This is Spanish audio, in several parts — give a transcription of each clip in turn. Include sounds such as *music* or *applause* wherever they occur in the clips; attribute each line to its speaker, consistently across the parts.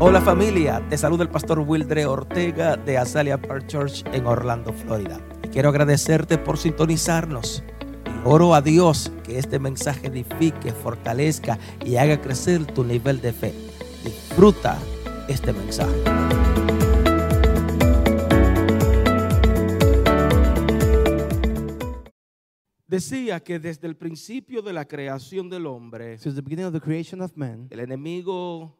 Speaker 1: Hola familia, te saluda el pastor Wildre Ortega de Azalea Park Church en Orlando, Florida. Y quiero agradecerte por sintonizarnos. Y oro a Dios que este mensaje edifique, fortalezca y haga crecer tu nivel de fe. Disfruta este mensaje. Decía que desde el principio de la creación del hombre,
Speaker 2: Since the beginning of the creation of man,
Speaker 1: El enemigo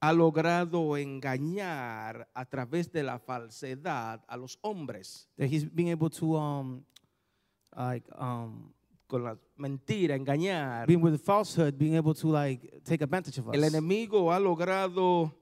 Speaker 1: ha logrado engañar a través de la falsedad a los hombres
Speaker 2: that he's being able to um like um
Speaker 1: con la mentira, engañar.
Speaker 2: being with falsehood, being able to like take advantage of us.
Speaker 1: El enemigo ha logrado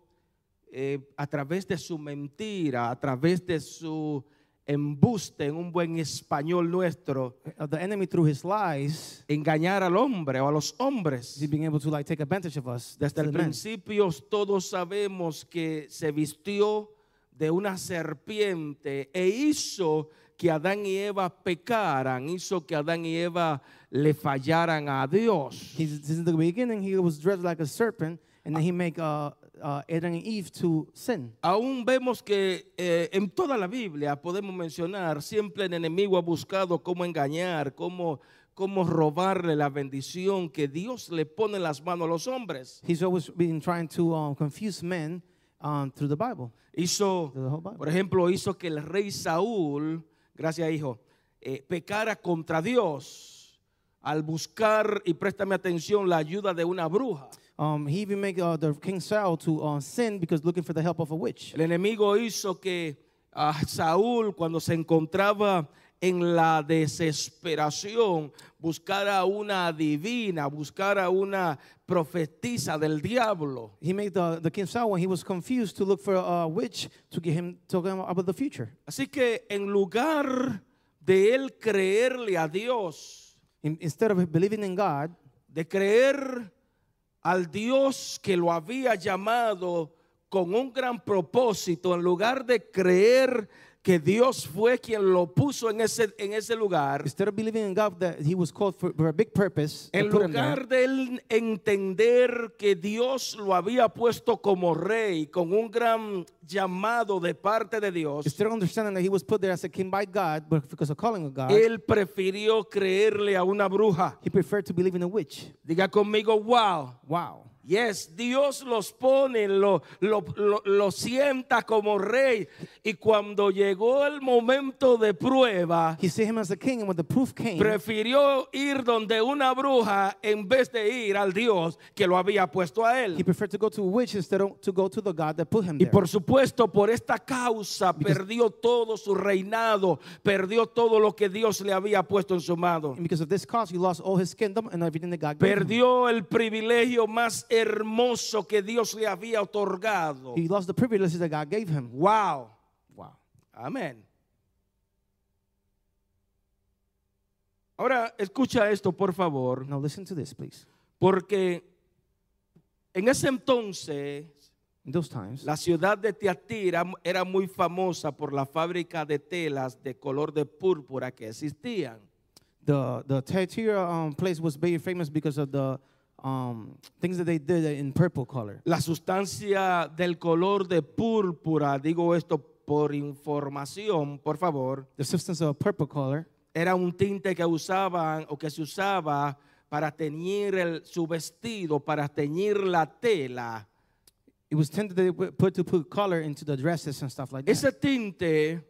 Speaker 1: eh, a través de su mentira, a través de su embuste en un buen español nuestro,
Speaker 2: Uh, the enemy through his lies,
Speaker 1: engañar al hombre o a los hombres.
Speaker 2: he's being able to like take advantage of us.
Speaker 1: Desde
Speaker 2: to
Speaker 1: el
Speaker 2: the men.
Speaker 1: principio todos sabemos que se vistió de una serpiente e hizo que Adán y Eva pecaran, hizo que Adán y Eva le fallaran a Dios.
Speaker 2: He's, since the beginning, he was dressed like a serpent, and then he make uh, uh, Adam and Eve to sin.
Speaker 1: Aún vemos que eh, en toda la Biblia podemos mencionar, siempre el enemigo ha buscado cómo engañar, cómo, cómo robarle la bendición que Dios le pone en las manos a los hombres.
Speaker 2: He's always been trying to um, confuse men um, through the Bible.
Speaker 1: Hizo
Speaker 2: Through the whole Bible.
Speaker 1: Por ejemplo, hizo que el rey Saúl, gracias hijo, eh, pecara contra Dios al buscar, y préstame atención, la ayuda de una bruja.
Speaker 2: Um, he even make uh, the King Saul to uh, sin because looking for the help of a witch.
Speaker 1: El enemigo hizo que ah, Saúl, cuando se encontraba en la desesperación, buscara una divina, buscara una profetisa del diablo.
Speaker 2: He made the, the King Saul when he was confused to look for a witch to get him to him about the future.
Speaker 1: Así que en lugar de él creerle a Dios,
Speaker 2: In- instead of believing in God,
Speaker 1: de creer al Dios que lo había llamado con un gran propósito, en lugar de creer que Dios fue quien lo puso en ese, en ese lugar,
Speaker 2: instead of believing in God that he was called for, for a big purpose, to
Speaker 1: en
Speaker 2: put him there,
Speaker 1: lugar de él entender que Dios lo había puesto como rey, con un gran llamado de parte de Dios,
Speaker 2: instead of understanding that he was put there as a king by God, but because of calling of God,
Speaker 1: él prefirió creerle a una bruja.
Speaker 2: he preferred to believe in a witch.
Speaker 1: Diga conmigo, wow.
Speaker 2: Wow.
Speaker 1: Yes, Dios los pone, lo, lo, lo- lo sienta como rey. Y cuando llegó el momento de prueba,
Speaker 2: He see him as a king, and when the proof came,
Speaker 1: prefirió ir donde una bruja en vez de ir al Dios que lo había puesto a
Speaker 2: he
Speaker 1: él.
Speaker 2: preferred to go to a witch instead of to go to the God that put him
Speaker 1: Y
Speaker 2: there.
Speaker 1: por supuesto, por esta causa perdió todo su reinado, perdió todo lo que Dios le había puesto en su mano.
Speaker 2: And because of this cause, he lost all his kingdom and everything that God gave him.
Speaker 1: Perdió el privilegio más hermoso que Dios le había otorgado.
Speaker 2: He lost the privileges that God gave him.
Speaker 1: Wow.
Speaker 2: Wow.
Speaker 1: Amén. Ahora escucha esto, por favor,
Speaker 2: Now listen to this, please.
Speaker 1: porque en ese entonces
Speaker 2: In those times,
Speaker 1: la ciudad de Tiatira era muy famosa por la fábrica de telas de color de púrpura que existían.
Speaker 2: the the Tatira um, place was very famous because of the um, things that they did in purple color.
Speaker 1: La sustancia del color de púrpura, digo esto por información, por favor,
Speaker 2: The substance of purple color
Speaker 1: era un tinte que usaban o que se usaba para teñir el- su vestido, para teñir la tela.
Speaker 2: it was tended to put to put color into the dresses and stuff like that.
Speaker 1: Ese tinte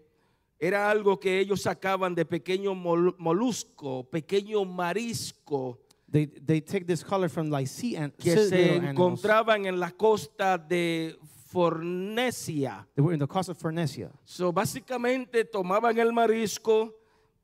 Speaker 1: era algo que ellos sacaban de pequeño mol- molusco, pequeño marisco
Speaker 2: They they take this color from like sea and
Speaker 1: que
Speaker 2: sea
Speaker 1: se
Speaker 2: little animals.
Speaker 1: encontraban en la costa de Fornesia.
Speaker 2: They were in the coast of Fornesia.
Speaker 1: So, básicamente tomaban el marisco,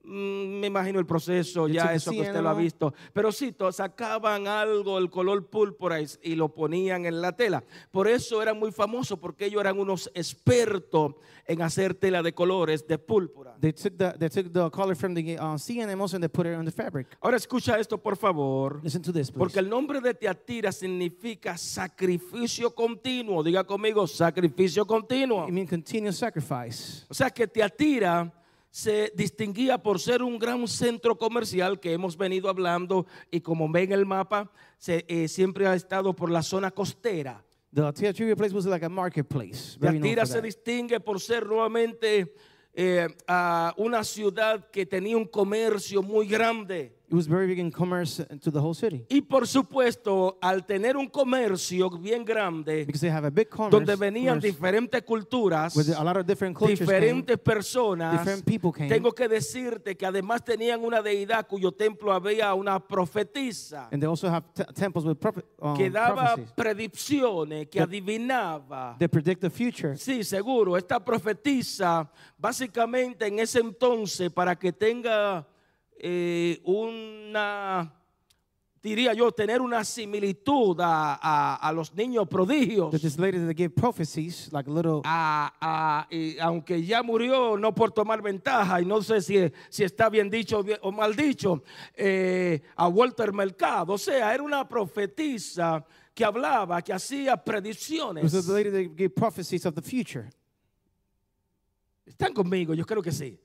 Speaker 1: mm, me imagino el proceso,
Speaker 2: It's
Speaker 1: ya
Speaker 2: a
Speaker 1: eso que
Speaker 2: sea
Speaker 1: usted lo ha
Speaker 2: animal.
Speaker 1: visto. Pero sí, to- sacaban algo, el color púrpura y, y lo ponían en la tela. Por eso eran muy famosos, porque ellos eran unos expertos en hacer tela de colores de púrpura.
Speaker 2: They took the they took the color from the uh, sea animals and they put it on the fabric.
Speaker 1: Ahora escucha esto, por favor.
Speaker 2: Listen to this, please.
Speaker 1: Porque el nombre de Teatira significa sacrificio continuo. Diga conmigo, sacrificio continuo.
Speaker 2: It means continuous sacrifice.
Speaker 1: O sea que Teatira se distinguía por ser un gran centro comercial que hemos venido hablando y como ven el mapa, se, eh, siempre ha estado por la zona costera.
Speaker 2: The Thyatira place was like a marketplace. Very known
Speaker 1: Tiatira
Speaker 2: for
Speaker 1: se
Speaker 2: that.
Speaker 1: distingue por ser nuevamente eh, a una ciudad que tenía un comercio muy grande.
Speaker 2: It was very big in commerce to the whole city
Speaker 1: Y por supuesto, al tener un comercio bien grande,
Speaker 2: because they have a big commerce,
Speaker 1: donde venían
Speaker 2: commerce
Speaker 1: diferentes culturas,
Speaker 2: with a lot of different cultures. came.
Speaker 1: diferentes personas,
Speaker 2: Different people came.
Speaker 1: tengo que decirte que además tenían una deidad cuyo templo había una profetisa
Speaker 2: And they also have te- temples with prophet, um,
Speaker 1: que daba
Speaker 2: prophecies.
Speaker 1: predicciones, que
Speaker 2: The-
Speaker 1: adivinaba.
Speaker 2: They predict the future.
Speaker 1: Sí, seguro. Esta profetiza básicamente en ese entonces para que tenga eh, una, diría yo, tener una similitud a, a- a los niños prodigios.
Speaker 2: That this lady that give prophecies, like little,
Speaker 1: A- a- y aunque ya murió, no por tomar ventaja, y no sé si, si está bien dicho o bien- o mal dicho, eh, a Walter Mercado. O sea, era una profetisa que hablaba, que hacía
Speaker 2: it was the
Speaker 1: predicciones.
Speaker 2: lady that gave prophecies of the future.
Speaker 1: Están conmigo, yo creo que sí.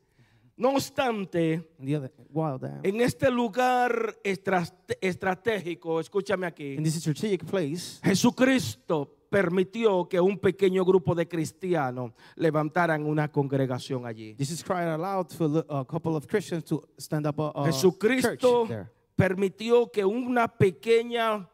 Speaker 1: No obstante,
Speaker 2: And the other, wow, damn.
Speaker 1: en este lugar estrate- estratégico, escúchame aquí,
Speaker 2: In this strategic place,
Speaker 1: Jesucristo permitió que un pequeño grupo de cristianos levantaran una congregación allí.
Speaker 2: Jesus cried aloud to a, li- a couple of Christians to stand up a, a
Speaker 1: Jesucristo
Speaker 2: church there.
Speaker 1: permitió que una pequeña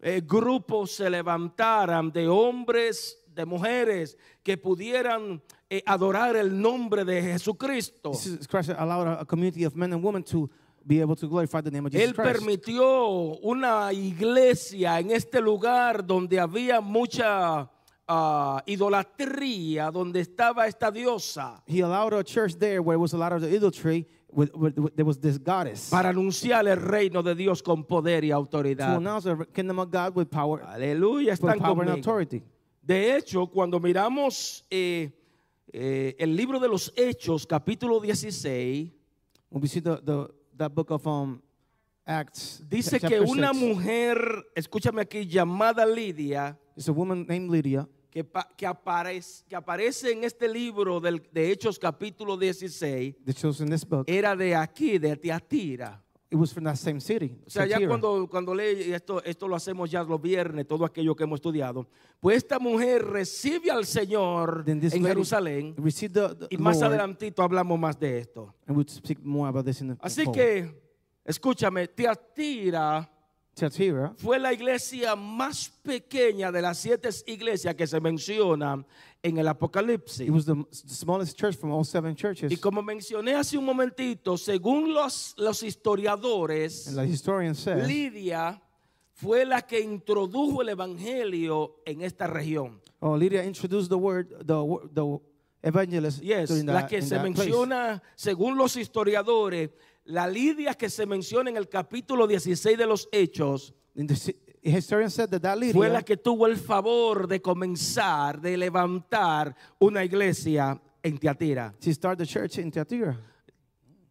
Speaker 1: eh, grupo se levantaran de hombres, de mujeres que pudieran eh, adorar el nombre de Jesucristo.
Speaker 2: Jesus Christ allowed a, a community of men and women to be able to glorify the name of Jesus
Speaker 1: Él
Speaker 2: Christ.
Speaker 1: permitió una iglesia en este lugar donde había mucha ah, idolatría, donde estaba esta diosa,
Speaker 2: He allowed a church there where was a lot of the idolatry. With, with, with, there was this goddess
Speaker 1: para anunciar el reino de Dios con poder y
Speaker 2: to
Speaker 1: autoridad.
Speaker 2: announce the kingdom of God with power,
Speaker 1: Aleluya,
Speaker 2: with
Speaker 1: Ah, están
Speaker 2: power and
Speaker 1: conmigo.
Speaker 2: authority.
Speaker 1: De hecho, cuando miramos eh, eh, el libro de los Hechos, capítulo 16,
Speaker 2: When we see the, the that book of um, Acts,
Speaker 1: dice
Speaker 2: chapter
Speaker 1: que una
Speaker 2: six,
Speaker 1: mujer, escúchame aquí, llamada Lidia,
Speaker 2: it's a woman named Lydia.
Speaker 1: que, pa- que aparece, que aparece en este libro del- de Hechos capítulo 16
Speaker 2: that shows in this book.
Speaker 1: era de aquí, de Tiatira.
Speaker 2: It was from that same city.
Speaker 1: O sea, ya
Speaker 2: Thyatira.
Speaker 1: cuando, cuando lee y esto, esto lo hacemos ya los viernes, todo aquello que hemos estudiado. Pues esta mujer recibe al Señor
Speaker 2: Then
Speaker 1: en
Speaker 2: this lady
Speaker 1: Jerusalén
Speaker 2: received the, the
Speaker 1: y más
Speaker 2: Lord,
Speaker 1: adelantito hablamos más de esto.
Speaker 2: and we'll speak more about this in the
Speaker 1: Así
Speaker 2: fall.
Speaker 1: que, escúchame, Tiatira
Speaker 2: Thyatira
Speaker 1: fue la iglesia más pequeña de las siete iglesias que se mencionan en el Apocalipsis.
Speaker 2: It was the, m- s- the smallest church from all seven churches.
Speaker 1: Y como mencioné hace un momentito, según los, los
Speaker 2: and
Speaker 1: historiadores,
Speaker 2: like historian says,
Speaker 1: Lidia fue la que introdujo el evangelio en esta región.
Speaker 2: oh, Lydia introduced the word, the wo- the evangelist
Speaker 1: Yes,
Speaker 2: during
Speaker 1: la
Speaker 2: that-
Speaker 1: que
Speaker 2: in
Speaker 1: se
Speaker 2: that place.
Speaker 1: menciona, según los historiadores, la Lidia que se menciona en el capítulo 16 de los Hechos
Speaker 2: And the si- historian said that that Lydia
Speaker 1: fue la que tuvo el favor de comenzar, de levantar una iglesia en Tiatira.
Speaker 2: she started the church in Thyatira.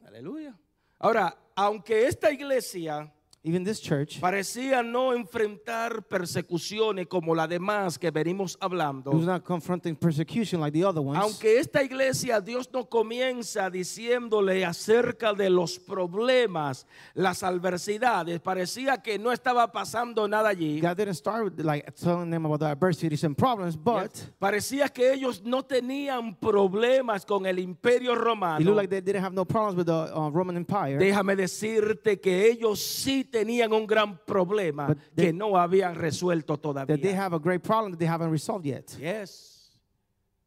Speaker 1: Aleluya. Ahora, aunque esta iglesia
Speaker 2: Even this church,
Speaker 1: parecía no enfrentar persecuciones como la demás que venimos
Speaker 2: it was
Speaker 1: hablando.
Speaker 2: not confronting persecution like the other ones.
Speaker 1: Aunque esta iglesia Dios no comienza diciéndole acerca de los problemas, las adversidades, parecía que no estaba pasando nada allí.
Speaker 2: God didn't start with like telling them about the adversities and problems, but
Speaker 1: Parecía que ellos no tenían problemas con el imperio
Speaker 2: It
Speaker 1: romano.
Speaker 2: looked like they didn't have no problems with the uh, Roman Empire.
Speaker 1: Déjame decirte que ellos sí tenían un gran problema
Speaker 2: But they-
Speaker 1: que no habían resuelto todavía.
Speaker 2: that they have a great problem that they haven't resolved yet.
Speaker 1: Yes.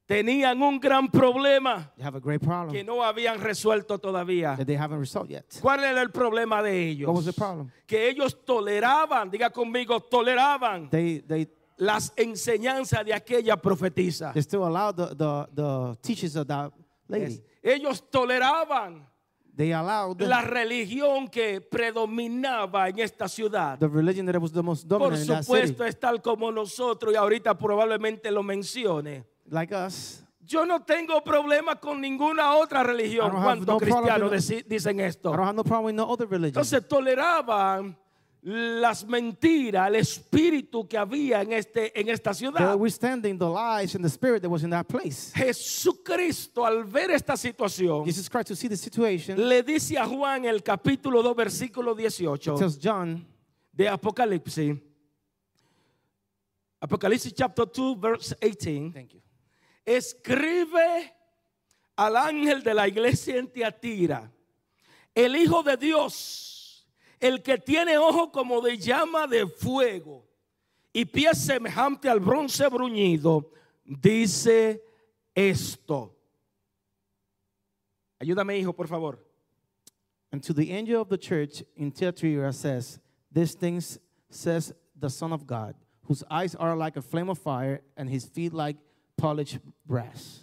Speaker 1: Tenían un gran problema
Speaker 2: They have a great problem
Speaker 1: que no habían resuelto todavía.
Speaker 2: that they haven't resolved yet.
Speaker 1: ¿Cuál era el problema de ellos?
Speaker 2: What was the problem?
Speaker 1: Que ellos toleraban, diga conmigo, toleraban
Speaker 2: They they
Speaker 1: las enseñanzas de aquella profetisa.
Speaker 2: they still allow the the, the teachings of that lady.
Speaker 1: Yes. Ellos toleraban
Speaker 2: They allowed
Speaker 1: la religión que predominaba en esta ciudad.
Speaker 2: the religion that was the most
Speaker 1: Por
Speaker 2: dominant in that city,
Speaker 1: supuesto, es tal como nosotros y ahorita probablemente lo mencione.
Speaker 2: like us.
Speaker 1: Yo no tengo problema con ninguna otra religión.
Speaker 2: I don't have
Speaker 1: ¿Cuántos
Speaker 2: no problem
Speaker 1: cristianos
Speaker 2: with-
Speaker 1: deci- dicen esto?
Speaker 2: I don't have no problem with no other religion.
Speaker 1: Entonces toleraban las mentiras, el espíritu que había en, este, en esta
Speaker 2: they were
Speaker 1: ciudad.
Speaker 2: withstanding the lies and the spirit that was in that place.
Speaker 1: Jesucristo al ver esta situación
Speaker 2: Jesus Christ to see the situation
Speaker 1: le dice a Juan el capítulo 2 versículo 18
Speaker 2: tells John
Speaker 1: de Apocalipsis, Apocalipsis chapter 2 verse 18.
Speaker 2: Thank you.
Speaker 1: Escribe al ángel de la iglesia en Tiatira, el Hijo de Dios, el que tiene ojo como de llama de fuego y pie semejante al bronce bruñido, dice esto. Ayúdame, hijo, por favor.
Speaker 2: And to the angel of the church in Thyatira says, These things says the Son of God, whose eyes are like a flame of fire and his feet like polished brass.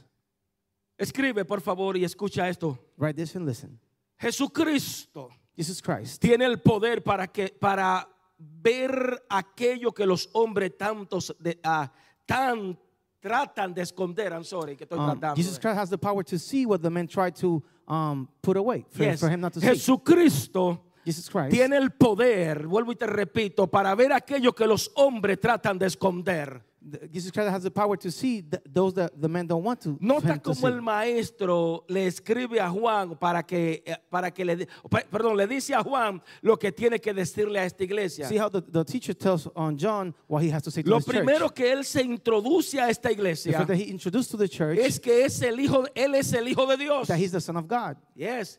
Speaker 1: Escribe, por favor, y escucha esto.
Speaker 2: Write this and listen.
Speaker 1: Jesucristo
Speaker 2: Jesus Christ
Speaker 1: tiene el poder para que para ver aquello que los hombres tantos de, ah, tan tratan de esconder. I'm sorry, que estoy
Speaker 2: Um,
Speaker 1: tratando.
Speaker 2: Jesus
Speaker 1: de-
Speaker 2: Christ has the power to see what the men try to um, put away for,
Speaker 1: Yes.
Speaker 2: for him not to see.
Speaker 1: Jesucristo
Speaker 2: Jesus Christ
Speaker 1: tiene el poder, vuelvo y te repito, para ver aquello que los hombres tratan de esconder.
Speaker 2: th- Jesus Christ has the power to see th- those that the men don't want to. for him
Speaker 1: Nota
Speaker 2: to
Speaker 1: cómo
Speaker 2: see.
Speaker 1: el maestro le escribe a Juan para que, eh, para que le, di- pa- perdón, le dice a Juan lo que tiene que decirle a esta iglesia.
Speaker 2: See how the, the teacher tells on John what he has to say to
Speaker 1: Lo
Speaker 2: his
Speaker 1: primero
Speaker 2: church.
Speaker 1: que él se introduce a esta
Speaker 2: The
Speaker 1: iglesia
Speaker 2: fact that he introduced to the church
Speaker 1: es que es el hijo, él es el hijo de Dios.
Speaker 2: that he's the son of God.
Speaker 1: Yes.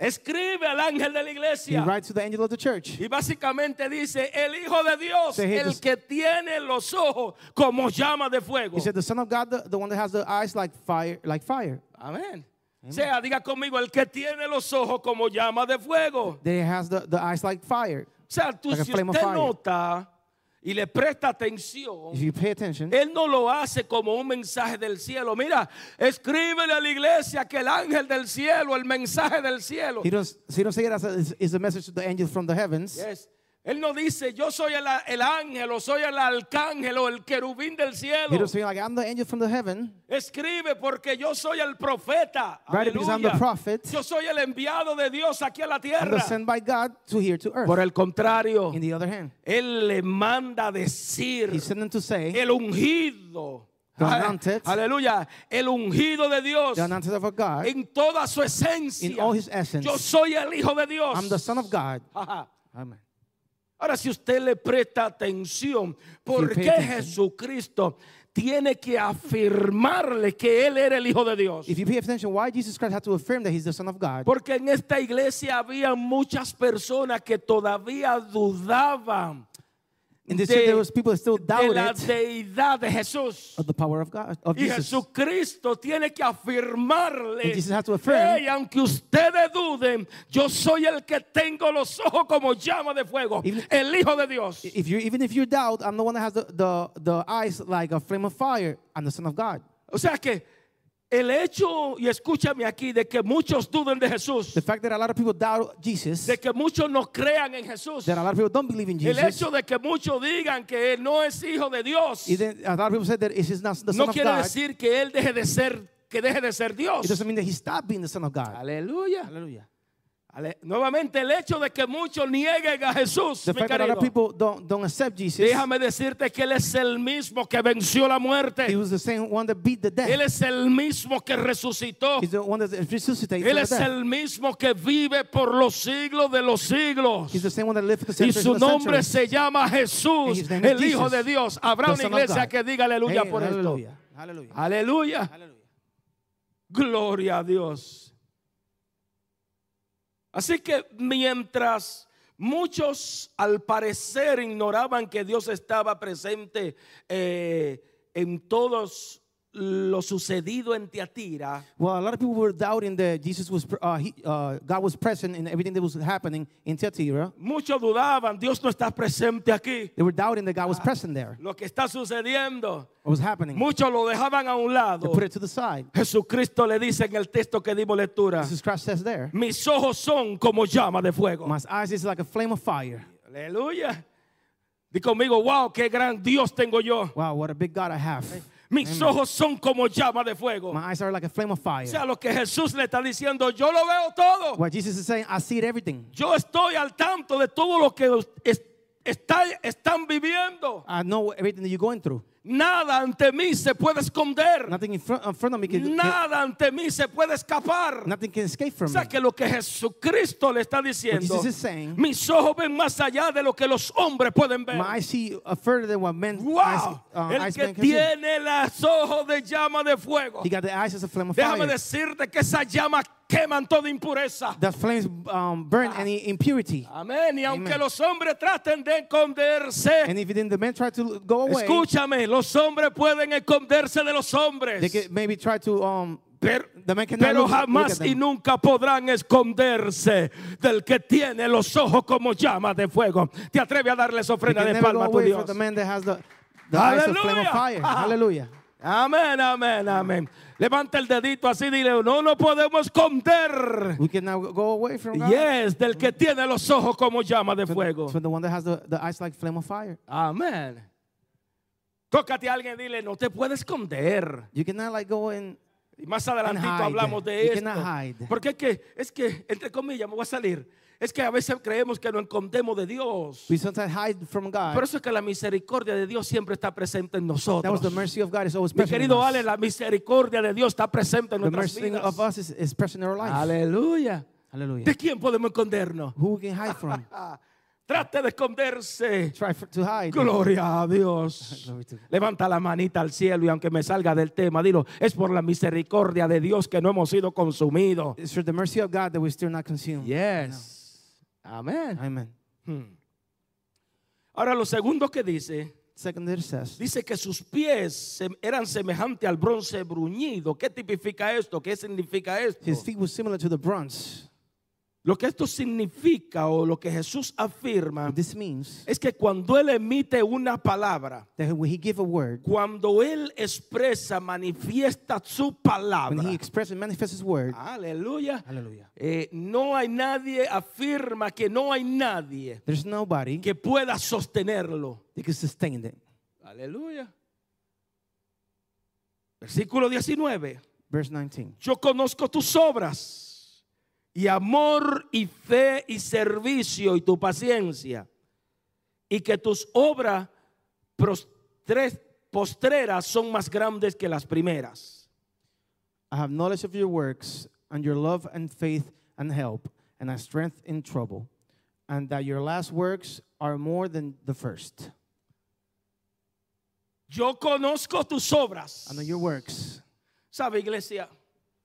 Speaker 1: Escribe al ángel de la
Speaker 2: He
Speaker 1: iglesia.
Speaker 2: writes to the angel of the church.
Speaker 1: Y básicamente dice, el Hijo de Dios,
Speaker 2: So he
Speaker 1: el
Speaker 2: just-
Speaker 1: que tiene los ojos como llama de fuego.
Speaker 2: He said, "The Son of God, the, the one that has the eyes like fire, like fire.
Speaker 1: Amén. O sea, diga conmigo, el que tiene los ojos como llama de fuego.
Speaker 2: That he has the, the eyes like fire.
Speaker 1: O sea, tú,
Speaker 2: Like a
Speaker 1: si
Speaker 2: flame of
Speaker 1: usted
Speaker 2: fire.
Speaker 1: nota y le presta atención,
Speaker 2: If you pay attention,
Speaker 1: Él no lo hace como un mensaje del cielo. Mira, escríbele a la iglesia que el ángel del cielo, el mensaje del cielo.
Speaker 2: he does. He don't say it as a, it's, it's a message to the angel from the heavens.
Speaker 1: Yes. Él no dice, yo soy el, a- el ángel o soy el arcángel o el querubín del
Speaker 2: He
Speaker 1: cielo.
Speaker 2: don't say like I'm the angel from the heaven.
Speaker 1: Escribe porque yo soy el profeta.
Speaker 2: Right, because I'm the
Speaker 1: Aleluya.
Speaker 2: prophet.
Speaker 1: Yo soy el enviado de Dios aquí a la
Speaker 2: I'm the
Speaker 1: tierra.
Speaker 2: sent by God to here to earth.
Speaker 1: Por el contrario,
Speaker 2: In the other hand,
Speaker 1: él le manda decir
Speaker 2: he sent them to say
Speaker 1: el ungido.
Speaker 2: The
Speaker 1: Ale-
Speaker 2: anointed.
Speaker 1: Aleluya, el ungido de Dios
Speaker 2: the announcement of God.
Speaker 1: en toda su esencia.
Speaker 2: In all his essence.
Speaker 1: Yo soy el hijo de Dios.
Speaker 2: I'm the Son of God.
Speaker 1: Ajá.
Speaker 2: Amen.
Speaker 1: Ahora, si usted le presta atención, ¿por
Speaker 2: you pay
Speaker 1: qué
Speaker 2: attention.
Speaker 1: Jesucristo tiene que afirmarle que Él era el Hijo de Dios?
Speaker 2: If you pay attention, why Jesus Christ had to affirm that he's the Son of God?
Speaker 1: Porque en esta iglesia había muchas personas que todavía dudaban
Speaker 2: In this
Speaker 1: de-
Speaker 2: year, there was people that still
Speaker 1: de
Speaker 2: doubted
Speaker 1: la deidad de Jesús.
Speaker 2: of the power of God of
Speaker 1: Y
Speaker 2: Jesus.
Speaker 1: Jesucristo tiene que afirmarle,
Speaker 2: And Jesus had to affirm.
Speaker 1: "Hey, aunque ustedes duden, yo soy el que tengo los ojos como llama de fuego,
Speaker 2: Even-
Speaker 1: el Hijo de Dios.
Speaker 2: If you even if you doubt, I'm the one that has the, the, the eyes like a flame of fire. I'm the Son of God.
Speaker 1: O sea que el hecho, y escúchame aquí, de que muchos duden de Jesús,
Speaker 2: The fact that a lot of people doubt Jesus,
Speaker 1: de
Speaker 2: that
Speaker 1: que muchos no crean en Jesús,
Speaker 2: a lot of people don't believe in
Speaker 1: el
Speaker 2: Jesus,
Speaker 1: hecho de que muchos digan que Él no es hijo de Dios,
Speaker 2: is that a lot of people said that he's not the
Speaker 1: no
Speaker 2: Son of
Speaker 1: quiere
Speaker 2: God.
Speaker 1: decir que Él deje de ser, que deje de ser
Speaker 2: It
Speaker 1: Dios.
Speaker 2: doesn't mean that he stopped being the Son of God.
Speaker 1: Aleluya.
Speaker 2: Hallelujah.
Speaker 1: Ale- nuevamente el hecho de que muchos nieguen a Jesús,
Speaker 2: The
Speaker 1: mi
Speaker 2: fact that a
Speaker 1: querido.
Speaker 2: lot of people don't, don't accept Jesus,
Speaker 1: déjame decirte que Él es el mismo que venció la
Speaker 2: he
Speaker 1: muerte,
Speaker 2: was the same one that beat the
Speaker 1: Él
Speaker 2: death.
Speaker 1: es el mismo que resucitó,
Speaker 2: He's the one that resuscitated
Speaker 1: Él
Speaker 2: from the
Speaker 1: es
Speaker 2: death.
Speaker 1: el mismo que vive por los siglos de los siglos.
Speaker 2: He's the same one that lived for the
Speaker 1: Y
Speaker 2: centuries
Speaker 1: su
Speaker 2: and the
Speaker 1: nombre
Speaker 2: centuries.
Speaker 1: se llama Jesús,
Speaker 2: his name is
Speaker 1: el Hijo
Speaker 2: Jesus,
Speaker 1: de Dios. Habrá
Speaker 2: the
Speaker 1: una
Speaker 2: Son of
Speaker 1: iglesia
Speaker 2: God.
Speaker 1: que diga aleluya
Speaker 2: Hey,
Speaker 1: por esto.
Speaker 2: hallelujah. Hallelujah.
Speaker 1: Aleluya.
Speaker 2: Hallelujah.
Speaker 1: Gloria a Dios. Así que mientras muchos al parecer ignoraban que Dios estaba presente eh, en todos lo sucedido en Tiatira,
Speaker 2: Well, a lot of people were doubting that Jesus was, pr- uh, he, uh, God was present in everything that was happening in Thyatira.
Speaker 1: muchos dudaban, Dios no está presente aquí.
Speaker 2: They were doubting that God was present there.
Speaker 1: Lo que está sucediendo,
Speaker 2: What was happening?
Speaker 1: muchos lo dejaban a un
Speaker 2: They
Speaker 1: lado.
Speaker 2: put it to the side.
Speaker 1: Jesucristo le dice en el texto que dimos lectura,
Speaker 2: Jesus Christ says there,
Speaker 1: mis ojos son como llama de fuego.
Speaker 2: my eyes is like a flame of fire.
Speaker 1: Aleluya. Di conmigo, wow, qué gran Dios tengo yo.
Speaker 2: Wow, what a big God I have.
Speaker 1: Mis ojos son como llama de fuego.
Speaker 2: My
Speaker 1: O
Speaker 2: eyes are like a flame of fire.
Speaker 1: sea, lo que Jesús le está diciendo, yo lo veo todo.
Speaker 2: What Jesus is saying, I see it everything.
Speaker 1: Yo estoy al tanto de todo lo que es- está- están viviendo.
Speaker 2: I know everything that you're going through.
Speaker 1: Nada ante mí se puede esconder.
Speaker 2: Nothing in front, in front of me can, can-
Speaker 1: Nada ante mí se puede escapar.
Speaker 2: nothing can escape
Speaker 1: O
Speaker 2: from
Speaker 1: sea
Speaker 2: me.
Speaker 1: que lo que Jesucristo le está diciendo,
Speaker 2: Jesus is saying-
Speaker 1: mis ojos ven más allá de lo que los hombres pueden ver.
Speaker 2: My eyes see uh, further than what men eyes,
Speaker 1: Wow,
Speaker 2: uh,
Speaker 1: el
Speaker 2: eyes
Speaker 1: que
Speaker 2: man can see.
Speaker 1: tiene los ojos de llama de fuego.
Speaker 2: He got the eyes as a flame of
Speaker 1: Déjame
Speaker 2: fire.
Speaker 1: decirte que esas llamas queman toda impureza.
Speaker 2: That flames um, burn any impurity.
Speaker 1: Amén. Y aunque
Speaker 2: Amen.
Speaker 1: los hombres traten de esconderse,
Speaker 2: And if then the men try to go away,
Speaker 1: escúchame, los hombres pueden esconderse de los
Speaker 2: they
Speaker 1: hombres.
Speaker 2: can maybe try to um,
Speaker 1: Pero,
Speaker 2: the man cannot
Speaker 1: pero
Speaker 2: look- look at
Speaker 1: jamás y
Speaker 2: them.
Speaker 1: nunca podrán esconderse del que tiene los ojos como llama de fuego. Te atreve a darles
Speaker 2: you
Speaker 1: ofrenda
Speaker 2: can
Speaker 1: de
Speaker 2: never go
Speaker 1: palma a tu
Speaker 2: away from
Speaker 1: Dios.
Speaker 2: the man that has the, the eyes of flame of
Speaker 1: *laughs*
Speaker 2: fire.
Speaker 1: Hallelujah.
Speaker 2: Hallelujah.
Speaker 1: Amén, amén, amén. Levanta el dedito así, dile, no nos podemos esconder.
Speaker 2: We can now go away from God.
Speaker 1: Yes, del que tiene los ojos como llama de
Speaker 2: To
Speaker 1: fuego.
Speaker 2: the, to the one that has the, the eyes like flame of fire.
Speaker 1: Amén. Tócate a alguien y dile, no te puedes esconder.
Speaker 2: You cannot like go and
Speaker 1: Y más adelantito
Speaker 2: hide.
Speaker 1: hablamos de
Speaker 2: You
Speaker 1: esto.
Speaker 2: cannot hide.
Speaker 1: Porque es que, es que, entre comillas, me voy a salir. Es que a veces creemos que nos escondemos de Dios.
Speaker 2: we sometimes hide from God.
Speaker 1: Por eso es que la misericordia de Dios siempre está presente en
Speaker 2: That was
Speaker 1: nosotros.
Speaker 2: the mercy of God is always
Speaker 1: Mi
Speaker 2: present. in
Speaker 1: querido
Speaker 2: us.
Speaker 1: Ale, la misericordia de Dios está presente en
Speaker 2: the
Speaker 1: nuestras
Speaker 2: mercy
Speaker 1: vidas.
Speaker 2: of us is, is present in our life.
Speaker 1: Aleluya.
Speaker 2: Hallelujah.
Speaker 1: ¿De quién podemos escondernos?
Speaker 2: Who we can hide
Speaker 1: *laughs*
Speaker 2: from?
Speaker 1: Ah, trate de esconderse.
Speaker 2: Try for, to hide.
Speaker 1: Gloria a Dios.
Speaker 2: *laughs* Glory to God.
Speaker 1: Levanta la manita al cielo y aunque me salga del tema, dilo, es por la misericordia de Dios que no hemos sido consumidos.
Speaker 2: It's for the mercy of God that we still not consumed.
Speaker 1: Yes. Amén.
Speaker 2: Mm, Amen.
Speaker 1: Hmm. Ahora lo segundo que dice,
Speaker 2: Second, it says,
Speaker 1: dice que sus pies se- eran semejantes al bronce bruñido. ¿Qué tipifica esto? ¿Qué significa esto?
Speaker 2: his feet were similar to the bronze.
Speaker 1: Lo que esto significa o lo que Jesús afirma
Speaker 2: This means
Speaker 1: es que cuando Él emite una palabra,
Speaker 2: that when he gave a word,
Speaker 1: cuando Él expresa, manifiesta su
Speaker 2: when
Speaker 1: palabra.
Speaker 2: he expressed and manifests his word,
Speaker 1: Aleluya.
Speaker 2: hallelujah.
Speaker 1: Eh, no hay nadie, afirma que no hay nadie
Speaker 2: There's nobody
Speaker 1: que pueda sostenerlo.
Speaker 2: that can sustain it.
Speaker 1: Aleluya. Versículo 19.
Speaker 2: Verse 19.
Speaker 1: Yo conozco tus obras y amor y fe y servicio y tu paciencia y que tus obras prostre- postreras son más grandes que las primeras.
Speaker 2: I have knowledge of your works and your love and faith and help and a strength in trouble, and that your last works are more than the first.
Speaker 1: Yo conozco tus obras.
Speaker 2: I know your works.
Speaker 1: ¿Sabe, iglesia?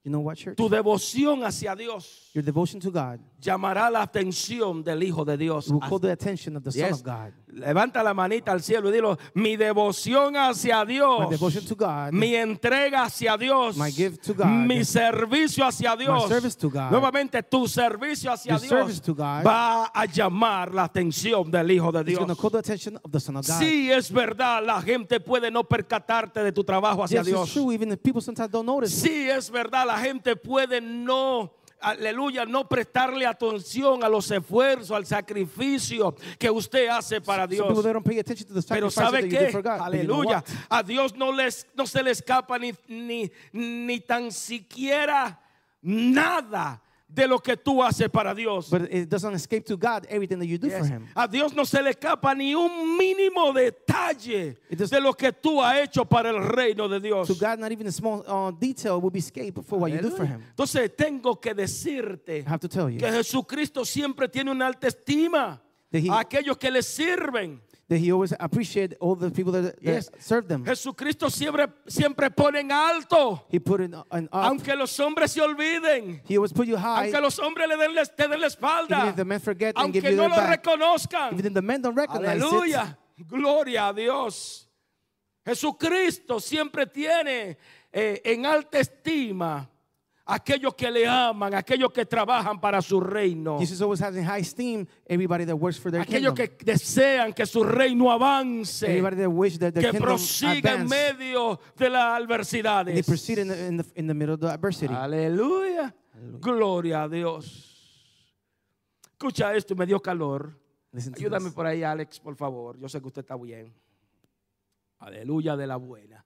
Speaker 2: You know what, church?
Speaker 1: Tu devoción hacia Dios
Speaker 2: Your devotion to God
Speaker 1: llamará la atención del Hijo de Dios.
Speaker 2: will call the attention of the Son
Speaker 1: Yes.
Speaker 2: of God.
Speaker 1: Levanta la manita al cielo y dilo, mi devoción hacia
Speaker 2: My
Speaker 1: Dios,
Speaker 2: devotion to God
Speaker 1: mi entrega hacia Dios,
Speaker 2: My give to God.
Speaker 1: mi servicio hacia Dios,
Speaker 2: service to God.
Speaker 1: nuevamente tu servicio hacia
Speaker 2: Your
Speaker 1: Dios
Speaker 2: service to God.
Speaker 1: va a llamar la atención del Hijo de
Speaker 2: is going to
Speaker 1: Dios.
Speaker 2: call the attention of the Son of God.
Speaker 1: Sí, es verdad, la gente puede no percatarte de tu trabajo hacia
Speaker 2: yes,
Speaker 1: Dios.
Speaker 2: it's true. Even if people sometimes don't notice,
Speaker 1: Sí, es verdad, la gente puede no, aleluya, no prestarle atención a los esfuerzos, al sacrificio que usted hace para
Speaker 2: some people
Speaker 1: Dios.
Speaker 2: they don't pay attention to the
Speaker 1: Pero
Speaker 2: sacrifices
Speaker 1: sabe
Speaker 2: that you do
Speaker 1: qué,
Speaker 2: for God. But you know
Speaker 1: aleluya,
Speaker 2: what?
Speaker 1: a Dios no, les, no se le escapa ni, ni, ni tan siquiera nada de lo que tú haces para Dios.
Speaker 2: But it doesn't escape to God everything that you do for
Speaker 1: Yes.
Speaker 2: Him.
Speaker 1: A Dios no se le escapa ni un mínimo detalle
Speaker 2: It does-
Speaker 1: de lo que tú has hecho para el reino de Dios.
Speaker 2: To God, not even a small uh, detail will be escaped for what you do for Him.
Speaker 1: Entonces tengo que decirte
Speaker 2: I have to tell you
Speaker 1: que Jesucristo siempre tiene una alta estima
Speaker 2: That he-
Speaker 1: a aquellos que le sirven.
Speaker 2: that He always appreciates all the people that, that
Speaker 1: Yes.
Speaker 2: serve them.
Speaker 1: Jesucristo siempre, siempre pone en alto,
Speaker 2: He put in an up.
Speaker 1: aunque los hombres se olviden,
Speaker 2: he always put you high.
Speaker 1: aunque los hombres le den, la- te den la
Speaker 2: Even
Speaker 1: espalda,
Speaker 2: if the men forget and give
Speaker 1: aunque
Speaker 2: you
Speaker 1: no
Speaker 2: their
Speaker 1: lo
Speaker 2: back.
Speaker 1: reconozcan.
Speaker 2: Even the men don't recognize it.
Speaker 1: Aleluya, gloria a Dios. Jesucristo siempre tiene eh, en alta estima a aquellos que le aman, a aquellos que trabajan para su reino.
Speaker 2: Jesus always has in high esteem everybody that works for their
Speaker 1: Aquellos
Speaker 2: kingdom.
Speaker 1: que desean que su reino avance,
Speaker 2: everybody that wish that their
Speaker 1: que
Speaker 2: kingdom
Speaker 1: prosiga en
Speaker 2: advance.
Speaker 1: medio de las
Speaker 2: They
Speaker 1: adversidades.
Speaker 2: proceed in the, in the, in the middle of the adversity.
Speaker 1: Aleluya. Gloria a Dios. Escucha esto, me dio calor.
Speaker 2: Listen to
Speaker 1: Ayúdame
Speaker 2: this.
Speaker 1: por ahí, Alex, por favor. Yo sé que usted está bien. Aleluya de la buena.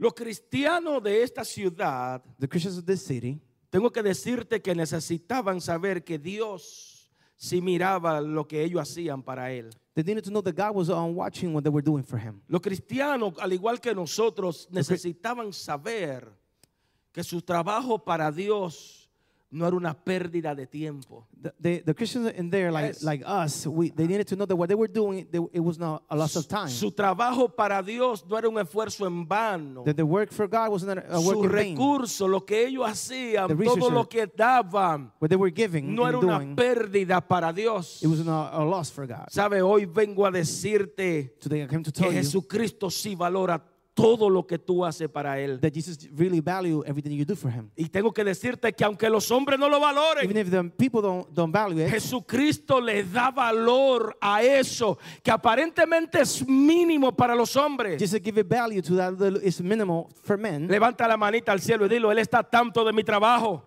Speaker 1: Los cristianos de esta ciudad,
Speaker 2: The Christians of this city,
Speaker 1: tengo que decirte que necesitaban saber que Dios si miraba lo que ellos hacían para él.
Speaker 2: They needed to know that God was um, watching what they were doing for him.
Speaker 1: Los cristianos, al igual que nosotros, necesitaban saber que su trabajo para Dios no era una pérdida de tiempo.
Speaker 2: The, the, the Christians in there, like,
Speaker 1: Yes.
Speaker 2: like us, we, they needed to know that what they were doing, they, it was not a loss of time.
Speaker 1: Su trabajo para Dios no era un esfuerzo en vano.
Speaker 2: That the work for God was not a work
Speaker 1: Sus
Speaker 2: in vain.
Speaker 1: recursos, lo que ellos hacían,
Speaker 2: The
Speaker 1: todo
Speaker 2: resources-
Speaker 1: lo que daban,
Speaker 2: What they were giving
Speaker 1: no era
Speaker 2: and
Speaker 1: una
Speaker 2: doing,
Speaker 1: pérdida para Dios.
Speaker 2: it was not a loss for God.
Speaker 1: Sabe, hoy vengo a decirte
Speaker 2: Today I came to
Speaker 1: que
Speaker 2: tell you
Speaker 1: Jesucristo sí valora todo lo que tú haces para Él.
Speaker 2: that Jesus really value everything you do for him.
Speaker 1: Y tengo que decirte que aunque los hombres no lo valoren,
Speaker 2: Even if the people don't, don't value it,
Speaker 1: Jesucristo le da valor a eso que aparentemente es mínimo para los hombres.
Speaker 2: just to give it value to that little, it's minimal for men.
Speaker 1: Levanta la manita al cielo y dilo, Él está tanto de mi trabajo.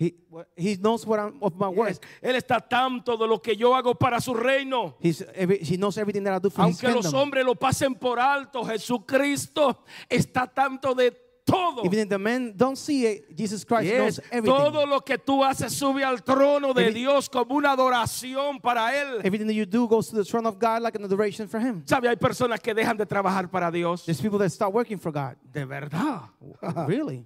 Speaker 2: He, he knows what I'm, of my work.
Speaker 1: Él está tanto de lo que yo hago para su reino.
Speaker 2: He's every, he knows everything that I do for his
Speaker 1: Aunque los
Speaker 2: kingdom.
Speaker 1: hombres lo pasen por alto, Jesucristo está tanto de todo.
Speaker 2: Even if the men don't see it, Jesus Christ
Speaker 1: Yes,
Speaker 2: knows everything.
Speaker 1: Todo lo que tú haces sube al trono de
Speaker 2: Every-
Speaker 1: Dios como una adoración para Él.
Speaker 2: Everything that you do goes to the throne of God like an adoration for him.
Speaker 1: ¿Sabe? Hay personas que dejan de trabajar para Dios.
Speaker 2: There's people that start working for
Speaker 1: *laughs*
Speaker 2: God.
Speaker 1: De verdad.
Speaker 2: really?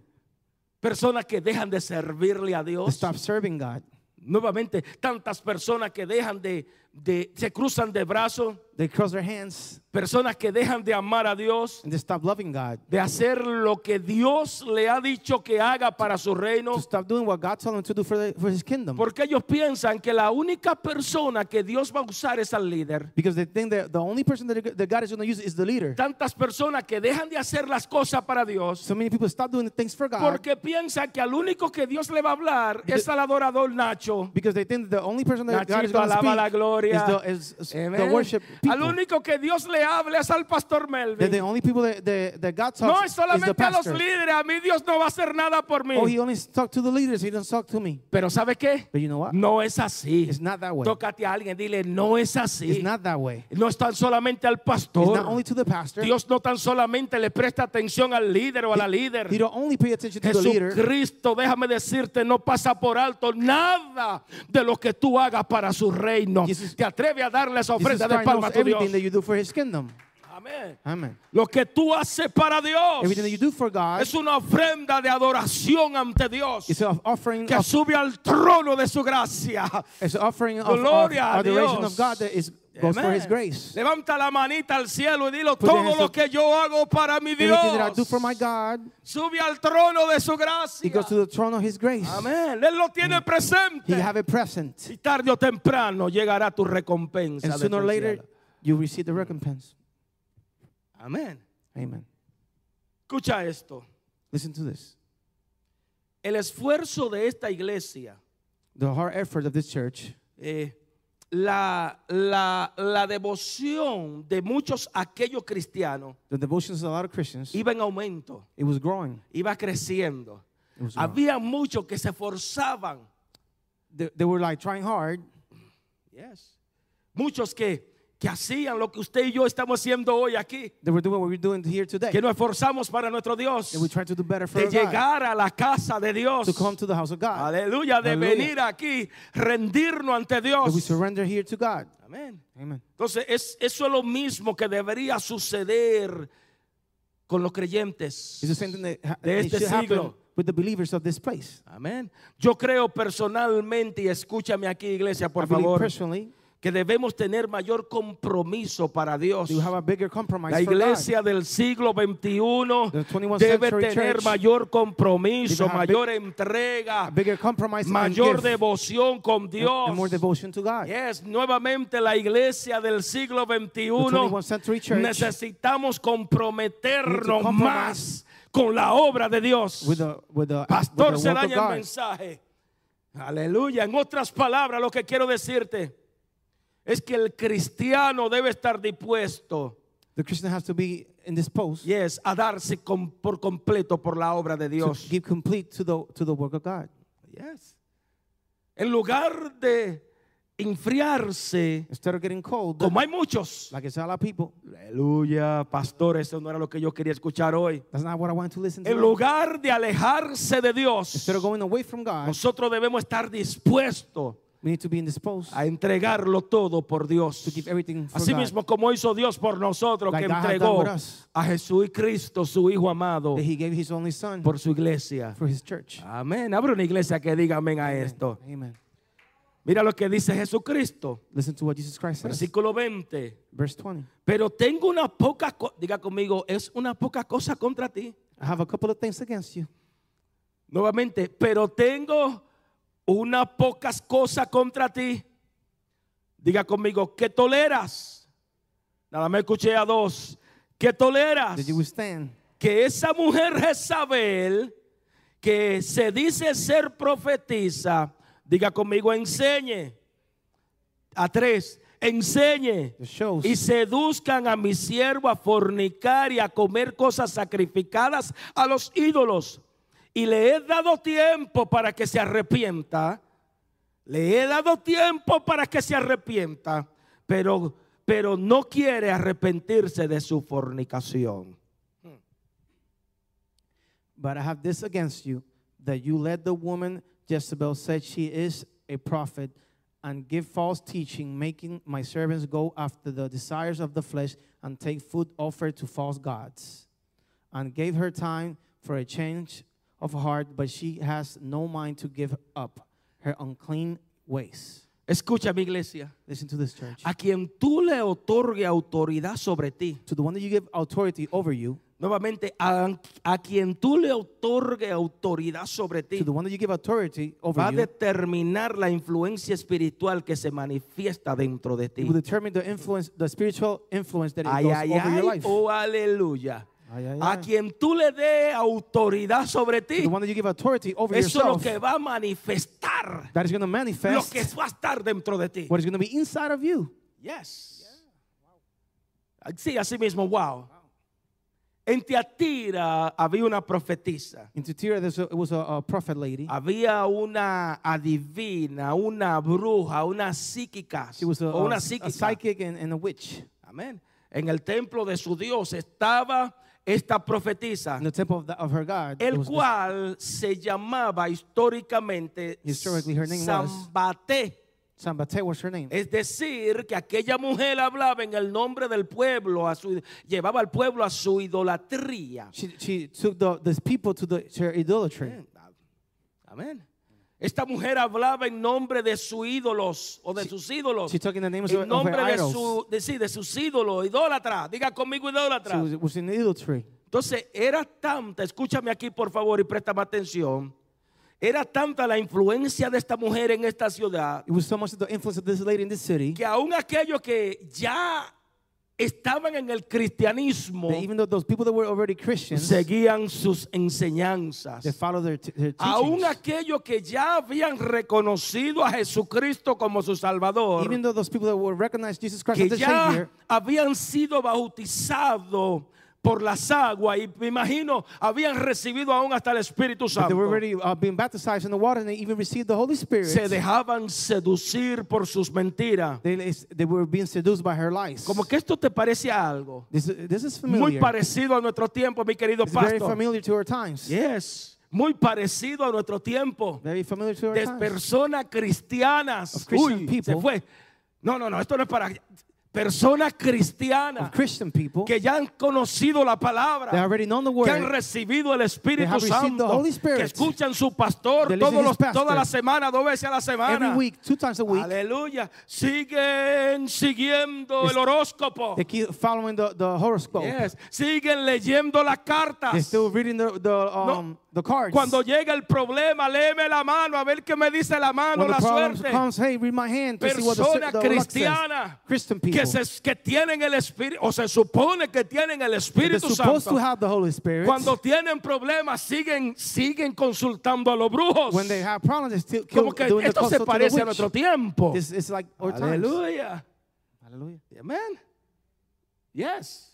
Speaker 1: Personas que dejan de servirle a
Speaker 2: They
Speaker 1: Dios.
Speaker 2: stop serving God.
Speaker 1: Nuevamente, tantas personas que dejan de, de- se cruzan de brazos.
Speaker 2: They cross their hands
Speaker 1: Personas que dejan de amar a Dios.
Speaker 2: and they stop loving God.
Speaker 1: De hacer lo que Dios le ha dicho que haga para su reino.
Speaker 2: To stop doing what God told them to do for, the, for his kingdom.
Speaker 1: Porque ellos piensan que la única persona que Dios va a usar es al líder.
Speaker 2: Because they think that the only person that, that God is going to use is the leader.
Speaker 1: tantas personas que dejan de hacer las cosas para Dios
Speaker 2: So many people stop doing the things for God
Speaker 1: porque piensan que al único que Dios le va a hablar es al adorador Nacho.
Speaker 2: because they think that the only person that God
Speaker 1: Nachito
Speaker 2: is going to
Speaker 1: alaba la
Speaker 2: speak is
Speaker 1: gloria.
Speaker 2: the, is, is the
Speaker 1: Amen.
Speaker 2: worship
Speaker 1: Al
Speaker 2: people.
Speaker 1: único que Dios le habla es al pastor
Speaker 2: That the
Speaker 1: Melvin.
Speaker 2: only people that, that, that God
Speaker 1: No
Speaker 2: talks
Speaker 1: es
Speaker 2: is the
Speaker 1: solamente a los
Speaker 2: pastor.
Speaker 1: líderes, a mí Dios no va a hacer nada por
Speaker 2: Oh, he
Speaker 1: mí.
Speaker 2: only talked to the leaders. He doesn't talk to me.
Speaker 1: Pero ¿sabe qué?
Speaker 2: But you know what?
Speaker 1: No es así.
Speaker 2: It's not that way.
Speaker 1: Tócate a alguien, dile, no es
Speaker 2: It's
Speaker 1: así.
Speaker 2: not that way.
Speaker 1: No es tan solamente al
Speaker 2: It's not
Speaker 1: pastor.
Speaker 2: only to the pastor.
Speaker 1: Dios no tan solamente le presta atención al líder o a la líder.
Speaker 2: You don't only pay attention to the leader.
Speaker 1: Jesucristo, déjame decirte, no pasa por alto nada de lo que tú hagas para su reino.
Speaker 2: Jesus-
Speaker 1: Te atreves a darle esa
Speaker 2: Jesus
Speaker 1: ofrenda de
Speaker 2: Christ
Speaker 1: palma
Speaker 2: knows
Speaker 1: a tu Dios.
Speaker 2: everything that you do for his kingdom.
Speaker 1: Amén.
Speaker 2: Amen.
Speaker 1: Lo que tú haces para Dios
Speaker 2: Everything that you do for God
Speaker 1: es una ofrenda de adoración ante Dios
Speaker 2: is an offering
Speaker 1: que
Speaker 2: of,
Speaker 1: sube al trono de su gracia.
Speaker 2: is an offering of, of
Speaker 1: Gloria a
Speaker 2: adoration
Speaker 1: Dios.
Speaker 2: of God that is goes for
Speaker 1: Amén.
Speaker 2: his grace.
Speaker 1: Levanta la manita al cielo y dilo
Speaker 2: Put your
Speaker 1: todo
Speaker 2: hands
Speaker 1: lo
Speaker 2: up.
Speaker 1: que yo hago para mi Dios.
Speaker 2: Everything that I do for my God,
Speaker 1: Sube al trono de su
Speaker 2: it
Speaker 1: gracia.
Speaker 2: goes to the throne of his grace.
Speaker 1: Amén. Él lo tiene
Speaker 2: He
Speaker 1: presente.
Speaker 2: have it present.
Speaker 1: Si tarde o temprano llegará tu recompensa.
Speaker 2: And
Speaker 1: desde
Speaker 2: sooner or
Speaker 1: el
Speaker 2: later,
Speaker 1: cielo.
Speaker 2: you receive the recompense.
Speaker 1: Amén.
Speaker 2: Amen.
Speaker 1: Escucha esto.
Speaker 2: Listen to this.
Speaker 1: El esfuerzo de esta iglesia,
Speaker 2: The hard effort of this church,
Speaker 1: eh, la, la, la devoción de muchos aquellos cristianos
Speaker 2: the devotions of a lot of Christians,
Speaker 1: iba en aumento,
Speaker 2: it was growing.
Speaker 1: iba creciendo.
Speaker 2: It was growing.
Speaker 1: Había muchos que se esforzaban.
Speaker 2: They, they were like trying hard.
Speaker 1: Yes. Muchos que, que hacían lo que usted y yo estamos haciendo hoy aquí.
Speaker 2: They were doing what we're doing here today.
Speaker 1: Que nos esforzamos para nuestro Dios.
Speaker 2: And we try to do better for
Speaker 1: De
Speaker 2: our God,
Speaker 1: llegar a la casa de Dios.
Speaker 2: to come to the house of God.
Speaker 1: Aleluya, de
Speaker 2: Aleluya.
Speaker 1: venir aquí, rendirnos ante
Speaker 2: That we
Speaker 1: Dios.
Speaker 2: surrender here to God.
Speaker 1: Amén.
Speaker 2: Amen.
Speaker 1: Entonces, es- eso es lo mismo que debería suceder con los creyentes.
Speaker 2: It's the same thing that ha-
Speaker 1: De
Speaker 2: it
Speaker 1: este
Speaker 2: should happen
Speaker 1: siglo.
Speaker 2: with the believers of this place.
Speaker 1: Amén. Yo creo personalmente, y escúchame aquí, iglesia, por
Speaker 2: I believe
Speaker 1: favor,
Speaker 2: personally,
Speaker 1: que debemos tener mayor compromiso para Dios.
Speaker 2: you have a bigger compromise
Speaker 1: La
Speaker 2: for God.
Speaker 1: iglesia del siglo
Speaker 2: The
Speaker 1: XXI
Speaker 2: 21st
Speaker 1: debe
Speaker 2: century
Speaker 1: tener
Speaker 2: church
Speaker 1: mayor compromiso,
Speaker 2: should have big-
Speaker 1: mayor entrega,
Speaker 2: A bigger compromise and
Speaker 1: mayor
Speaker 2: give,
Speaker 1: devoción con
Speaker 2: and-
Speaker 1: Dios.
Speaker 2: and more devotion to God.
Speaker 1: Yes, nuevamente la iglesia del siglo
Speaker 2: The 21st century
Speaker 1: XXI
Speaker 2: church.
Speaker 1: necesitamos
Speaker 2: We need to
Speaker 1: comprometernos más
Speaker 2: compromise
Speaker 1: con la obra de Dios.
Speaker 2: With the, with the,
Speaker 1: Pastor,
Speaker 2: with
Speaker 1: se
Speaker 2: the work of
Speaker 1: daña el
Speaker 2: God.
Speaker 1: mensaje. Aleluya. En otras palabras, lo que quiero decirte es que el cristiano debe estar dispuesto,
Speaker 2: The Christian has to be in this post
Speaker 1: yes, a darse com- por completo por la obra de
Speaker 2: to
Speaker 1: Dios.
Speaker 2: give complete to the, to the work of God.
Speaker 1: Yes. En lugar de enfriarse,
Speaker 2: Instead of getting cold,
Speaker 1: como hay muchos,
Speaker 2: like it's a lot of people,
Speaker 1: Aleluya, pastor, eso no era lo que yo quería escuchar hoy.
Speaker 2: that's not what I want to listen
Speaker 1: En
Speaker 2: to.
Speaker 1: lugar de alejarse de Dios,
Speaker 2: Instead of going away from God,
Speaker 1: nosotros debemos estar dispuestos
Speaker 2: We need to be indisposed
Speaker 1: a entregarlo todo por Dios.
Speaker 2: to give everything for
Speaker 1: Así
Speaker 2: God.
Speaker 1: mismo como hizo Dios por nosotros, que
Speaker 2: Like God had
Speaker 1: entregó
Speaker 2: done with us.
Speaker 1: a Jesucristo, su Hijo amado,
Speaker 2: That he gave his only son
Speaker 1: por su iglesia.
Speaker 2: for his church.
Speaker 1: Amén. Abre una iglesia que diga amén a esto.
Speaker 2: Amen.
Speaker 1: Mira lo que dice Jesucristo,
Speaker 2: Listen to what Jesus Christ says.
Speaker 1: versículo 20.
Speaker 2: Verse 20.
Speaker 1: Pero tengo una poca, co- diga conmigo, es una poca cosa contra ti.
Speaker 2: I have a couple of things against you.
Speaker 1: Nuevamente, pero tengo una pocas cosa contra ti. Diga conmigo, ¿qué toleras? Nada me escuché a dos. ¿Qué toleras?
Speaker 2: Did you withstand?
Speaker 1: Que esa mujer Jezabel, que se dice ser profetiza, diga conmigo, enseñe. A tres, enseñe.
Speaker 2: The shows.
Speaker 1: Y seduzcan a mi siervo a fornicar y a comer cosas sacrificadas a los ídolos. Y le he dado tiempo para que se arrepienta. Le he dado tiempo para que se arrepienta. Pero, pero no quiere arrepentirse de su fornicación.
Speaker 2: But I have this against you that you let the woman Jezebel said she is a prophet and give false teaching, making my servants go after the desires of the flesh and take food offered to false gods. And gave her time for a change of heart, but she has no mind to give up her unclean ways.
Speaker 1: Escucha mi iglesia.
Speaker 2: Listen to this church.
Speaker 1: A quien tú le otorgue autoridad sobre ti.
Speaker 2: to the one that you give authority over you,
Speaker 1: Nuevamente, a, a quien tú le otorgue autoridad sobre ti.
Speaker 2: to the one that you give authority over
Speaker 1: va a
Speaker 2: you,
Speaker 1: determinar la influencia espiritual que se manifiesta dentro de
Speaker 2: it
Speaker 1: ti.
Speaker 2: will determine the influence, the spiritual influence that it
Speaker 1: Ay,
Speaker 2: goes
Speaker 1: ay,
Speaker 2: over your
Speaker 1: ay,
Speaker 2: life.
Speaker 1: oh aleluya.
Speaker 2: Ay, ay,
Speaker 1: A
Speaker 2: ay.
Speaker 1: quien tú le dé autoridad sobre
Speaker 2: to
Speaker 1: ti,
Speaker 2: the one that you give authority over
Speaker 1: eso es lo
Speaker 2: yourself,
Speaker 1: que va a manifestar,
Speaker 2: that is going to
Speaker 1: lo
Speaker 2: manifest
Speaker 1: que va a estar dentro de ti.
Speaker 2: what is going to be inside of you.
Speaker 1: Yes. Sí, así mismo, wow. En Tiatira había una profetisa,
Speaker 2: In Tutira, there's a, it was a, a prophet lady.
Speaker 1: Ah, había una adivina, una bruja, una psíquica,
Speaker 2: She was a,
Speaker 1: o una
Speaker 2: a- a
Speaker 1: psíquica.
Speaker 2: psychic and, and a witch.
Speaker 1: Amén. En el templo de su Dios estaba esta profetisa,
Speaker 2: In the temple of, the, of her God, it
Speaker 1: el
Speaker 2: was this-
Speaker 1: cual se llamaba históricamente
Speaker 2: Historically, her name was-
Speaker 1: Zambate.
Speaker 2: Sambate was her name.
Speaker 1: Es decir, que aquella mujer hablaba en el nombre del pueblo, a su- llevaba al pueblo a su idolatría.
Speaker 2: She, she took the, this people to, the, to her idolatry.
Speaker 1: Mm, Amén. Esta mujer hablaba en nombre de sus ídolos o de sus ídolos.
Speaker 2: she took in the names of-
Speaker 1: en
Speaker 2: of
Speaker 1: nombre
Speaker 2: her
Speaker 1: de,
Speaker 2: idols.
Speaker 1: su, de, sí, de sus ídolos, idólatra. Diga conmigo
Speaker 2: She
Speaker 1: idólatra.
Speaker 2: was, was in idolatry.
Speaker 1: Entonces era tanta, escúchame aquí por favor y préstame atención, era tanta la influencia de esta mujer en esta ciudad
Speaker 2: It was so much the influence of this lady in this city
Speaker 1: que aún aquellos que ya estaban en el cristianismo
Speaker 2: that even though those people that were already Christians, they
Speaker 1: seguían sus enseñanzas.
Speaker 2: followed their, t- their
Speaker 1: Aún
Speaker 2: teachings.
Speaker 1: aquellos que ya habían reconocido a Jesucristo como su Salvador,
Speaker 2: Even though those people that were recognized Jesus Christ
Speaker 1: que
Speaker 2: as the
Speaker 1: ya
Speaker 2: Savior,
Speaker 1: habían sido bautizados por las aguas y me imagino habían recibido aún hasta el Espíritu
Speaker 2: but they
Speaker 1: Santo.
Speaker 2: were already uh, being baptized in the water and they even received the Holy Spirit.
Speaker 1: se dejaban seducir por sus mentiras.
Speaker 2: They, they were being seduced by her lies.
Speaker 1: Como que esto te parece a algo
Speaker 2: This, this is
Speaker 1: muy
Speaker 2: familiar.
Speaker 1: parecido a nuestro tiempo, mi querido
Speaker 2: it's very
Speaker 1: pastor.
Speaker 2: familiar to our times.
Speaker 1: Yes, muy parecido a nuestro tiempo
Speaker 2: Very familiar to our
Speaker 1: de
Speaker 2: times.
Speaker 1: personas cristianas.
Speaker 2: Of Christian
Speaker 1: Uy,
Speaker 2: people.
Speaker 1: se fue. No, no, no, esto no es para personas cristianas
Speaker 2: Of Christian people,
Speaker 1: que ya han conocido la
Speaker 2: they
Speaker 1: palabra.
Speaker 2: already known the
Speaker 1: Que han
Speaker 2: word.
Speaker 1: recibido el
Speaker 2: They
Speaker 1: Espíritu
Speaker 2: have received
Speaker 1: Santo,
Speaker 2: the Holy Spirit.
Speaker 1: que escuchan su pastor
Speaker 2: They listen
Speaker 1: todos
Speaker 2: to
Speaker 1: los,
Speaker 2: his pastor.
Speaker 1: toda la semana, dos veces a la semana.
Speaker 2: Every week, two times a week,
Speaker 1: Aleluya. Siguen siguiendo el horóscopo.
Speaker 2: they keep following the, the horoscope.
Speaker 1: Yes. Siguen leyendo las
Speaker 2: They're
Speaker 1: cartas.
Speaker 2: still reading the, the, um, the cards.
Speaker 1: Cuando llega el problema, léeme la mano a ver qué me dice la mano,
Speaker 2: when the
Speaker 1: la
Speaker 2: problem
Speaker 1: suerte.
Speaker 2: comes, hey, read my hand to see what the,
Speaker 1: Persona
Speaker 2: the luck says.
Speaker 1: cristiana
Speaker 2: Christian people.
Speaker 1: que, se- que tienen el espíritu o se supone que tienen el
Speaker 2: they're
Speaker 1: Espíritu
Speaker 2: supposed
Speaker 1: Santo.
Speaker 2: to have the Holy Spirit.
Speaker 1: Cuando tienen problemas siguen siguen consultando a los brujos.
Speaker 2: when they have problems, they still kill,
Speaker 1: Como que
Speaker 2: doing the
Speaker 1: esto se
Speaker 2: consult to the
Speaker 1: parece a
Speaker 2: witch.
Speaker 1: nuestro tiempo.
Speaker 2: This is like our times.
Speaker 1: Aleluya.
Speaker 2: Hallelujah.
Speaker 1: Amén. Yes.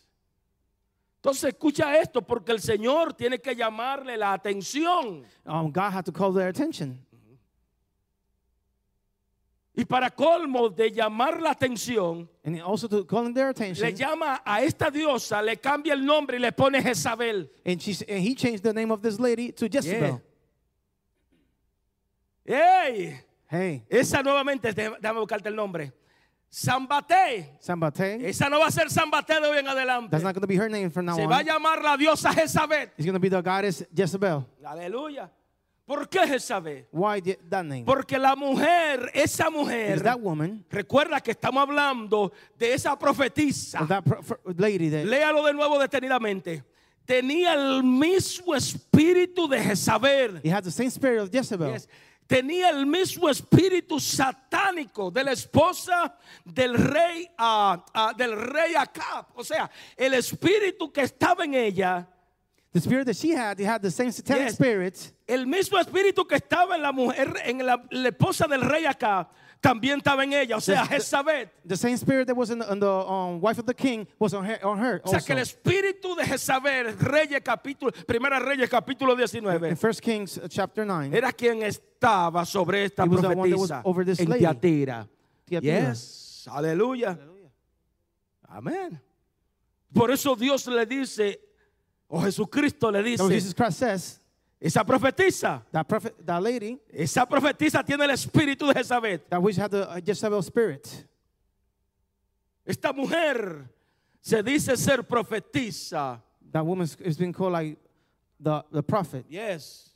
Speaker 1: Entonces escucha esto porque el Señor tiene que llamarle la atención.
Speaker 2: Um, God had to call their attention.
Speaker 1: Y para colmo de llamar la atención,
Speaker 2: And also to calling their
Speaker 1: le
Speaker 2: attention.
Speaker 1: llama a esta diosa, le cambia el nombre y le pone Jezabel.
Speaker 2: And, she, and he changed the name of this lady to Jezebel.
Speaker 1: ¡Ey!
Speaker 2: Hey,
Speaker 1: Esa nuevamente, dé- déjame buscarte el nombre. Zambate.
Speaker 2: Sambate.
Speaker 1: Esa no va a ser Zambate de hoy en adelante.
Speaker 2: That's not going to be her name from now
Speaker 1: Se
Speaker 2: on.
Speaker 1: va a llamar la diosa Jezabel.
Speaker 2: It's going to be the goddess Jezebel.
Speaker 1: Aleluya. ¿Por qué Jezabel?
Speaker 2: Why the- that name?
Speaker 1: Porque la mujer, esa
Speaker 2: Is
Speaker 1: mujer,
Speaker 2: that woman,
Speaker 1: recuerda que estamos hablando de esa profetisa.
Speaker 2: that pro- fr- lady that
Speaker 1: Léalo de nuevo detenidamente. Tenía el mismo espíritu de Jezabel.
Speaker 2: it has the same spirit of Jezebel.
Speaker 1: Yes. Tenía el mismo espíritu satánico de la esposa del rey, ah, ah, del rey Acab. O sea, el espíritu que estaba en ella,
Speaker 2: The spirit that she had, it had the same satanic
Speaker 1: Yes.
Speaker 2: spirit.
Speaker 1: el mismo espíritu que estaba en la mujer, en la, la esposa del rey Acab, también estaba en ella. O sea,
Speaker 2: Yes, the-
Speaker 1: Jezabel.
Speaker 2: The same spirit that was in the, on the um, wife of the king was on her. On her
Speaker 1: O sea,
Speaker 2: also.
Speaker 1: que el espíritu de Jezabel, Reyes capítulo, Primera Reyes capítulo
Speaker 2: in
Speaker 1: 19,
Speaker 2: 1 Kings uh, chapter 9,
Speaker 1: era quien estaba sobre esta
Speaker 2: He was the one that was
Speaker 1: profetisa
Speaker 2: over this
Speaker 1: en
Speaker 2: lady.
Speaker 1: Tiatira.
Speaker 2: Tiatira.
Speaker 1: Yes, aleluya. Amén. Por eso Dios le dice, o Jesucristo le
Speaker 2: that Jesus
Speaker 1: dice,
Speaker 2: Christ says,
Speaker 1: esa profetiza,
Speaker 2: that, prophet, that lady,
Speaker 1: esa profetiza tiene el espíritu de Jezabel.
Speaker 2: that which had the uh, Jezebel spirit.
Speaker 1: Esta mujer se dice ser profetiza.
Speaker 2: That woman is- is being called like the, the prophet.
Speaker 1: Yes.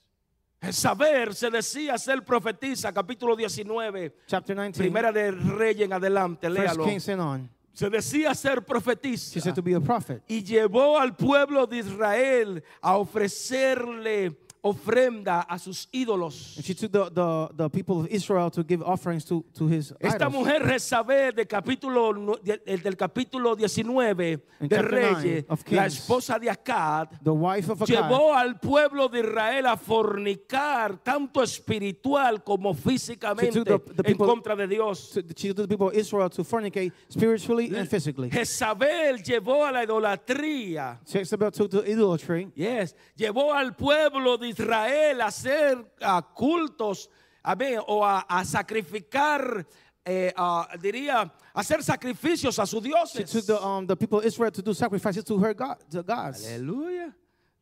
Speaker 1: Jezabel se decía ser profetiza, capítulo 19,
Speaker 2: Chapter 19,
Speaker 1: primera de Reyes en adelante,
Speaker 2: First
Speaker 1: léalo.
Speaker 2: Kings and on.
Speaker 1: Se decía ser
Speaker 2: She
Speaker 1: profetiza.
Speaker 2: said to be a prophet.
Speaker 1: y llevó al pueblo de Israel a ofrecerle ofrenda a sus ídolos.
Speaker 2: And she took the, the, the people of Israel to give offerings to, to his
Speaker 1: Esta
Speaker 2: idols.
Speaker 1: mujer Jezabel de capítulo, nu- de- el del capítulo 19
Speaker 2: In
Speaker 1: de
Speaker 2: chapter nine
Speaker 1: Reyes,
Speaker 2: of Kings.
Speaker 1: la esposa de Acad,
Speaker 2: The wife of Akkad.
Speaker 1: llevó al pueblo de Israel a fornicar tanto espiritual como físicamente
Speaker 2: the- the
Speaker 1: en
Speaker 2: people-
Speaker 1: contra de Dios.
Speaker 2: to- She took the people of Israel to fornicate spiritually and physically.
Speaker 1: Jezabel llevó a la idolatría.
Speaker 2: Jezebel took the idolatry.
Speaker 1: Yes. Llevó al pueblo de Israel a hacer a cultos, amén, o a, a sacrificar, eh, a- diría, hacer sacrificios a sus
Speaker 2: She took
Speaker 1: dioses.
Speaker 2: the, um, the people of Israel to do sacrifices to her God, to gods.
Speaker 1: Aleluya.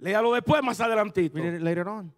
Speaker 1: Léalo después, más adelantito.
Speaker 2: We did it later on.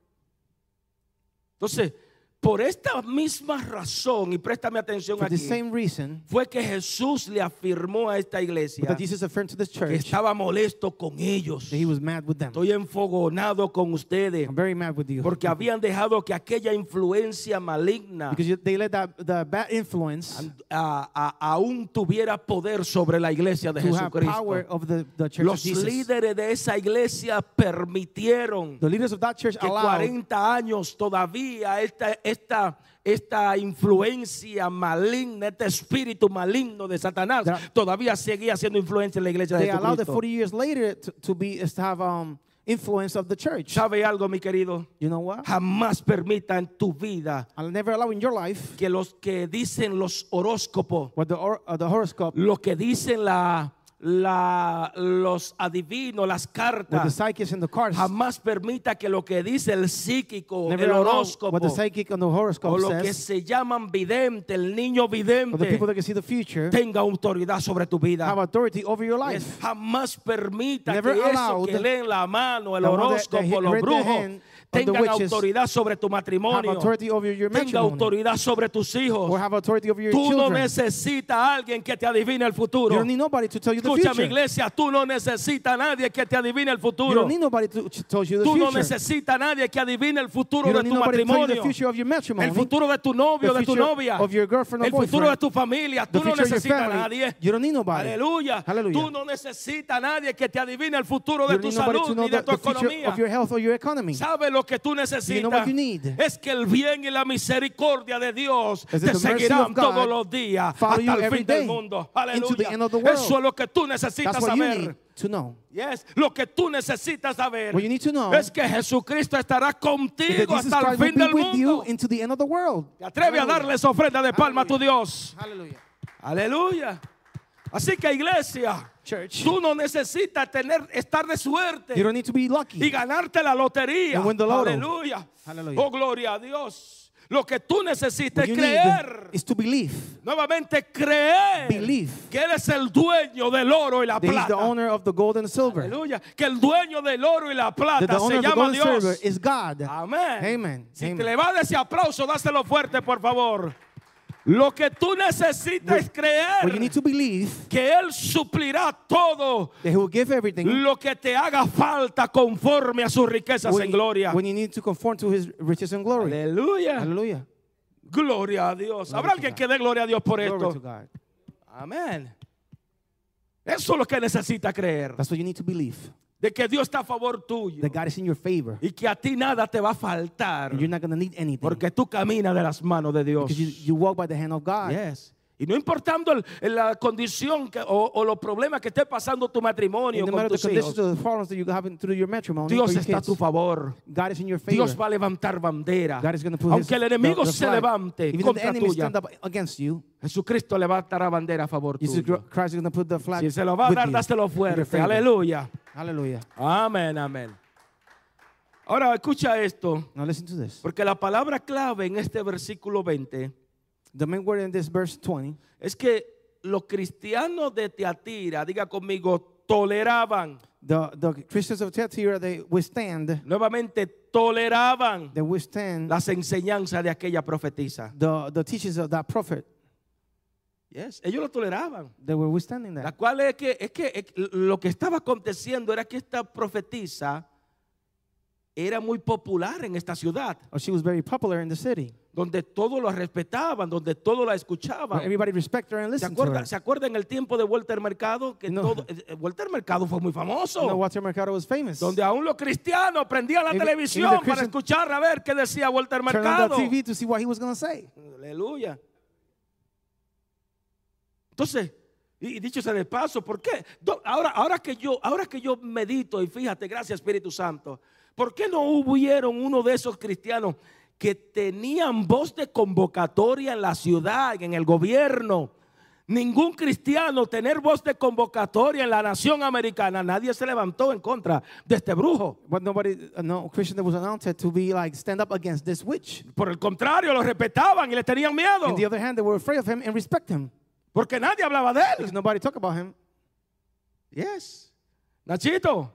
Speaker 1: Entonces, por esta misma razón, y préstame atención
Speaker 2: For the
Speaker 1: aquí,
Speaker 2: same reason
Speaker 1: fue que Jesús le afirmó a esta iglesia
Speaker 2: that Jesus affirmed to this
Speaker 1: que
Speaker 2: church that
Speaker 1: estaba molesto con ellos.
Speaker 2: he was mad with them.
Speaker 1: Estoy enfogonado con ustedes.
Speaker 2: I'm very mad with you.
Speaker 1: Porque habían dejado que aquella influencia maligna
Speaker 2: Because you, they let that the bad influence
Speaker 1: and- a- a- aún tuviera poder sobre la iglesia de
Speaker 2: to have power
Speaker 1: Jesucristo.
Speaker 2: of the, the church of
Speaker 1: Los
Speaker 2: Jesus.
Speaker 1: líderes de esa iglesia permitieron
Speaker 2: the leaders of that church
Speaker 1: que
Speaker 2: allowed
Speaker 1: 40 años todavía esta, esta, esta influencia maligna, este espíritu maligno de Satanás,
Speaker 2: That-
Speaker 1: todavía seguía siendo influencia en la iglesia de
Speaker 2: they allowed it
Speaker 1: Jesucristo.
Speaker 2: 40 years later to, to be is to have um, influence of the church.
Speaker 1: ¿Sabe algo, mi querido?
Speaker 2: You know what?
Speaker 1: Jamás permita en tu vida
Speaker 2: I'll never allow in your life
Speaker 1: que los que dicen los horóscopos
Speaker 2: what the, or, uh, the horoscope,
Speaker 1: lo que dicen la, la- los adivinos, las
Speaker 2: what the
Speaker 1: cartas,
Speaker 2: psychics and the cards,
Speaker 1: jamás permita que lo que dice el psíquico,
Speaker 2: never
Speaker 1: el
Speaker 2: allow
Speaker 1: horóscopo,
Speaker 2: what the psychic and the
Speaker 1: o
Speaker 2: horoscope
Speaker 1: lo que
Speaker 2: says,
Speaker 1: se llaman vidente, el niño
Speaker 2: or the
Speaker 1: vidente,
Speaker 2: people that can see the future,
Speaker 1: tenga autoridad sobre tu vida.
Speaker 2: have authority over your
Speaker 1: Es-
Speaker 2: life.
Speaker 1: Jamás permita
Speaker 2: Never
Speaker 1: que eso
Speaker 2: allow
Speaker 1: que
Speaker 2: the-
Speaker 1: leen la mano, el
Speaker 2: the one that- that
Speaker 1: horóscopo,
Speaker 2: hit-
Speaker 1: los
Speaker 2: read the
Speaker 1: brujos,
Speaker 2: hand of the
Speaker 1: tengan
Speaker 2: witches.
Speaker 1: autoridad sobre tu
Speaker 2: Have
Speaker 1: matrimonio,
Speaker 2: authority over your
Speaker 1: tenga
Speaker 2: matrimony,
Speaker 1: autoridad sobre tus
Speaker 2: or
Speaker 1: hijos.
Speaker 2: have authority over your
Speaker 1: Tú no
Speaker 2: children.
Speaker 1: necesitas a alguien que te adivine el
Speaker 2: You
Speaker 1: futuro.
Speaker 2: don't need nobody to tell you the
Speaker 1: Escucha mi
Speaker 2: future.
Speaker 1: iglesia, tú no necesitas a nadie que te adivine el
Speaker 2: You
Speaker 1: futuro.
Speaker 2: don't need nobody to, to tell you the
Speaker 1: Tú no
Speaker 2: future.
Speaker 1: necesitas a nadie que adivine el
Speaker 2: You
Speaker 1: futuro de
Speaker 2: don't need
Speaker 1: tu
Speaker 2: nobody to tell you
Speaker 1: matrimonio.
Speaker 2: the future of your matrimony.
Speaker 1: El futuro de tu novio,
Speaker 2: The
Speaker 1: de tu
Speaker 2: future
Speaker 1: novia.
Speaker 2: of your girlfriend or
Speaker 1: El futuro
Speaker 2: boyfriend.
Speaker 1: de tu familia.
Speaker 2: the
Speaker 1: Tú no
Speaker 2: future of your
Speaker 1: necesitas a
Speaker 2: family.
Speaker 1: nadie.
Speaker 2: You don't need nobody.
Speaker 1: Aleluya.
Speaker 2: Hallelujah.
Speaker 1: Tú no necesitas a nadie que te adivine el futuro de
Speaker 2: You don't
Speaker 1: tu
Speaker 2: need nobody to
Speaker 1: salud
Speaker 2: know
Speaker 1: ni
Speaker 2: the,
Speaker 1: de tu
Speaker 2: the future
Speaker 1: economía.
Speaker 2: of your health or your economy.
Speaker 1: ¿Sabes lo que tú
Speaker 2: You know what
Speaker 1: necesitas?
Speaker 2: you need.
Speaker 1: Es que el bien y la misericordia de Dios
Speaker 2: Is that
Speaker 1: te
Speaker 2: the mercy
Speaker 1: seguirán
Speaker 2: of God
Speaker 1: todos los días
Speaker 2: follow you
Speaker 1: hasta el
Speaker 2: every
Speaker 1: fin del
Speaker 2: day
Speaker 1: mundo.
Speaker 2: into the
Speaker 1: Aleluya.
Speaker 2: end of the world.
Speaker 1: Eso es lo que tú necesitas
Speaker 2: That's what you
Speaker 1: saber.
Speaker 2: need to know.
Speaker 1: Yes, lo que tú necesitas saber
Speaker 2: What you need to know
Speaker 1: es que Jesucristo estará
Speaker 2: That
Speaker 1: contigo
Speaker 2: Jesus
Speaker 1: hasta el
Speaker 2: Christ will
Speaker 1: fin
Speaker 2: be
Speaker 1: del
Speaker 2: with you
Speaker 1: mundo.
Speaker 2: into the end of the world.
Speaker 1: Te atreves a darles ofrenda de palma a tu Dios.
Speaker 2: Hallelujah.
Speaker 1: Aleluya. Así que iglesia,
Speaker 2: Church.
Speaker 1: tú no necesitas tener estar de
Speaker 2: You
Speaker 1: suerte
Speaker 2: don't need to be
Speaker 1: y
Speaker 2: lucky.
Speaker 1: ganarte la lotería.
Speaker 2: And win the lotto.
Speaker 1: Aleluya.
Speaker 2: Hallelujah.
Speaker 1: Oh gloria a Dios. Lo que tú necesitas
Speaker 2: What
Speaker 1: es
Speaker 2: you need
Speaker 1: creer.
Speaker 2: is to believe.
Speaker 1: Nuevamente creer
Speaker 2: Believe.
Speaker 1: que Él es el dueño del oro y la
Speaker 2: That he's the
Speaker 1: plata.
Speaker 2: owner of the gold and silver.
Speaker 1: Aleluya. Que el dueño del oro y la
Speaker 2: That
Speaker 1: plata
Speaker 2: the
Speaker 1: se
Speaker 2: owner of the
Speaker 1: llama
Speaker 2: gold and silver
Speaker 1: Dios.
Speaker 2: is God.
Speaker 1: Amén.
Speaker 2: Amen.
Speaker 1: Si
Speaker 2: Amen.
Speaker 1: te le va ese aplauso, dáselo fuerte, por favor. Lo que tú necesitas es
Speaker 2: But you
Speaker 1: creer
Speaker 2: need to believe
Speaker 1: que Él suplirá todo
Speaker 2: that he will give everything
Speaker 1: lo que te haga falta conforme a sus riquezas en
Speaker 2: when you,
Speaker 1: gloria.
Speaker 2: when you need to conform to his riches and glory.
Speaker 1: Aleluya.
Speaker 2: Hallelujah.
Speaker 1: Gloria a Dios. Habrá
Speaker 2: to
Speaker 1: alguien
Speaker 2: God.
Speaker 1: que dé gloria a Dios por
Speaker 2: Glory to
Speaker 1: esto.
Speaker 2: God.
Speaker 1: Amén. Eso es lo que necesita creer.
Speaker 2: That's what you need to believe.
Speaker 1: De que Dios está a favor tuyo.
Speaker 2: That God is in your favor.
Speaker 1: Y que a ti nada te va a faltar.
Speaker 2: And you're not going to need anything.
Speaker 1: Porque tú caminas de las manos de Dios.
Speaker 2: because you, you walk by the hand of God.
Speaker 1: Yes. Y no importando el- el- la condición que- o, o los problemas que esté pasando tu matrimonio
Speaker 2: And no
Speaker 1: con
Speaker 2: matter the
Speaker 1: tus
Speaker 2: conditions
Speaker 1: hijos,
Speaker 2: of the problems that you have in- through your matrimony, or
Speaker 1: Dios
Speaker 2: your
Speaker 1: está a
Speaker 2: kids,
Speaker 1: tu favor.
Speaker 2: God is in your favor.
Speaker 1: Dios va a levantar bandera.
Speaker 2: God is going to put his,
Speaker 1: Aunque el
Speaker 2: the-
Speaker 1: enemigo
Speaker 2: the
Speaker 1: se
Speaker 2: flag.
Speaker 1: levante
Speaker 2: Even if the
Speaker 1: contra
Speaker 2: enemy
Speaker 1: tuya,
Speaker 2: stand up against you,
Speaker 1: Jesucristo levantará bandera a favor
Speaker 2: Jesus
Speaker 1: tuyo.
Speaker 2: Christ is going to put the flag.
Speaker 1: Si se lo va a
Speaker 2: with
Speaker 1: dar,
Speaker 2: you,
Speaker 1: dáselo
Speaker 2: with your
Speaker 1: fuerte.
Speaker 2: favor.
Speaker 1: Aleluya.
Speaker 2: Hallelujah.
Speaker 1: Amén, amén. Ahora escucha esto,
Speaker 2: Now listen to this.
Speaker 1: porque la palabra clave en este versículo 20
Speaker 2: The main word in this verse 20
Speaker 1: es que los cristianos de Teatira, diga conmigo, toleraban,
Speaker 2: The, the Christians of Thyatira, they withstand,
Speaker 1: nuevamente toleraban
Speaker 2: they withstand
Speaker 1: las enseñanzas de aquella profetisa.
Speaker 2: the, the teachings of that prophet.
Speaker 1: Yes, ellos lo toleraban.
Speaker 2: They were withstanding
Speaker 1: La
Speaker 2: that.
Speaker 1: cual es que, es que es que lo que estaba aconteciendo era que esta profetisa era muy popular en esta ciudad,
Speaker 2: Or she was very popular in the city.
Speaker 1: donde todos la respetaban, donde todos la
Speaker 2: Where
Speaker 1: escuchaban.
Speaker 2: everybody respected her and
Speaker 1: ¿Se
Speaker 2: listened to her.
Speaker 1: acuerda, ¿Se acuerda en el tiempo de Walter Mercado? Que
Speaker 2: No.
Speaker 1: todo, eh, eh, Walter Mercado fue muy famoso.
Speaker 2: You know, Walter Mercado was famous.
Speaker 1: donde aún los cristianos prendían la
Speaker 2: Even-
Speaker 1: televisión
Speaker 2: even the
Speaker 1: para
Speaker 2: Christian-
Speaker 1: escuchar a ver qué decía Walter
Speaker 2: Turn on the
Speaker 1: Mercado.
Speaker 2: TV to see what he was going to say.
Speaker 1: Aleluya. Entonces, y, y dicho sea de paso, ¿por qué? Do- Ahora, ahora, que yo, ahora que yo medito, y fíjate, gracias Espíritu Santo, ¿por qué no hubieron uno de esos cristianos que tenían voz de convocatoria en la ciudad, en el gobierno? Ningún cristiano tener voz de convocatoria en la nación americana. Nadie se levantó en contra de este brujo.
Speaker 2: But nobody, uh, no Christian that was announced to be like, stand up against this witch.
Speaker 1: Por el contrario, lo respetaban y le tenían miedo.
Speaker 2: On the other hand, they were afraid of him and respect him.
Speaker 1: Porque nadie hablaba de él.
Speaker 2: Because nobody talk about him.
Speaker 1: Yes. Nachito.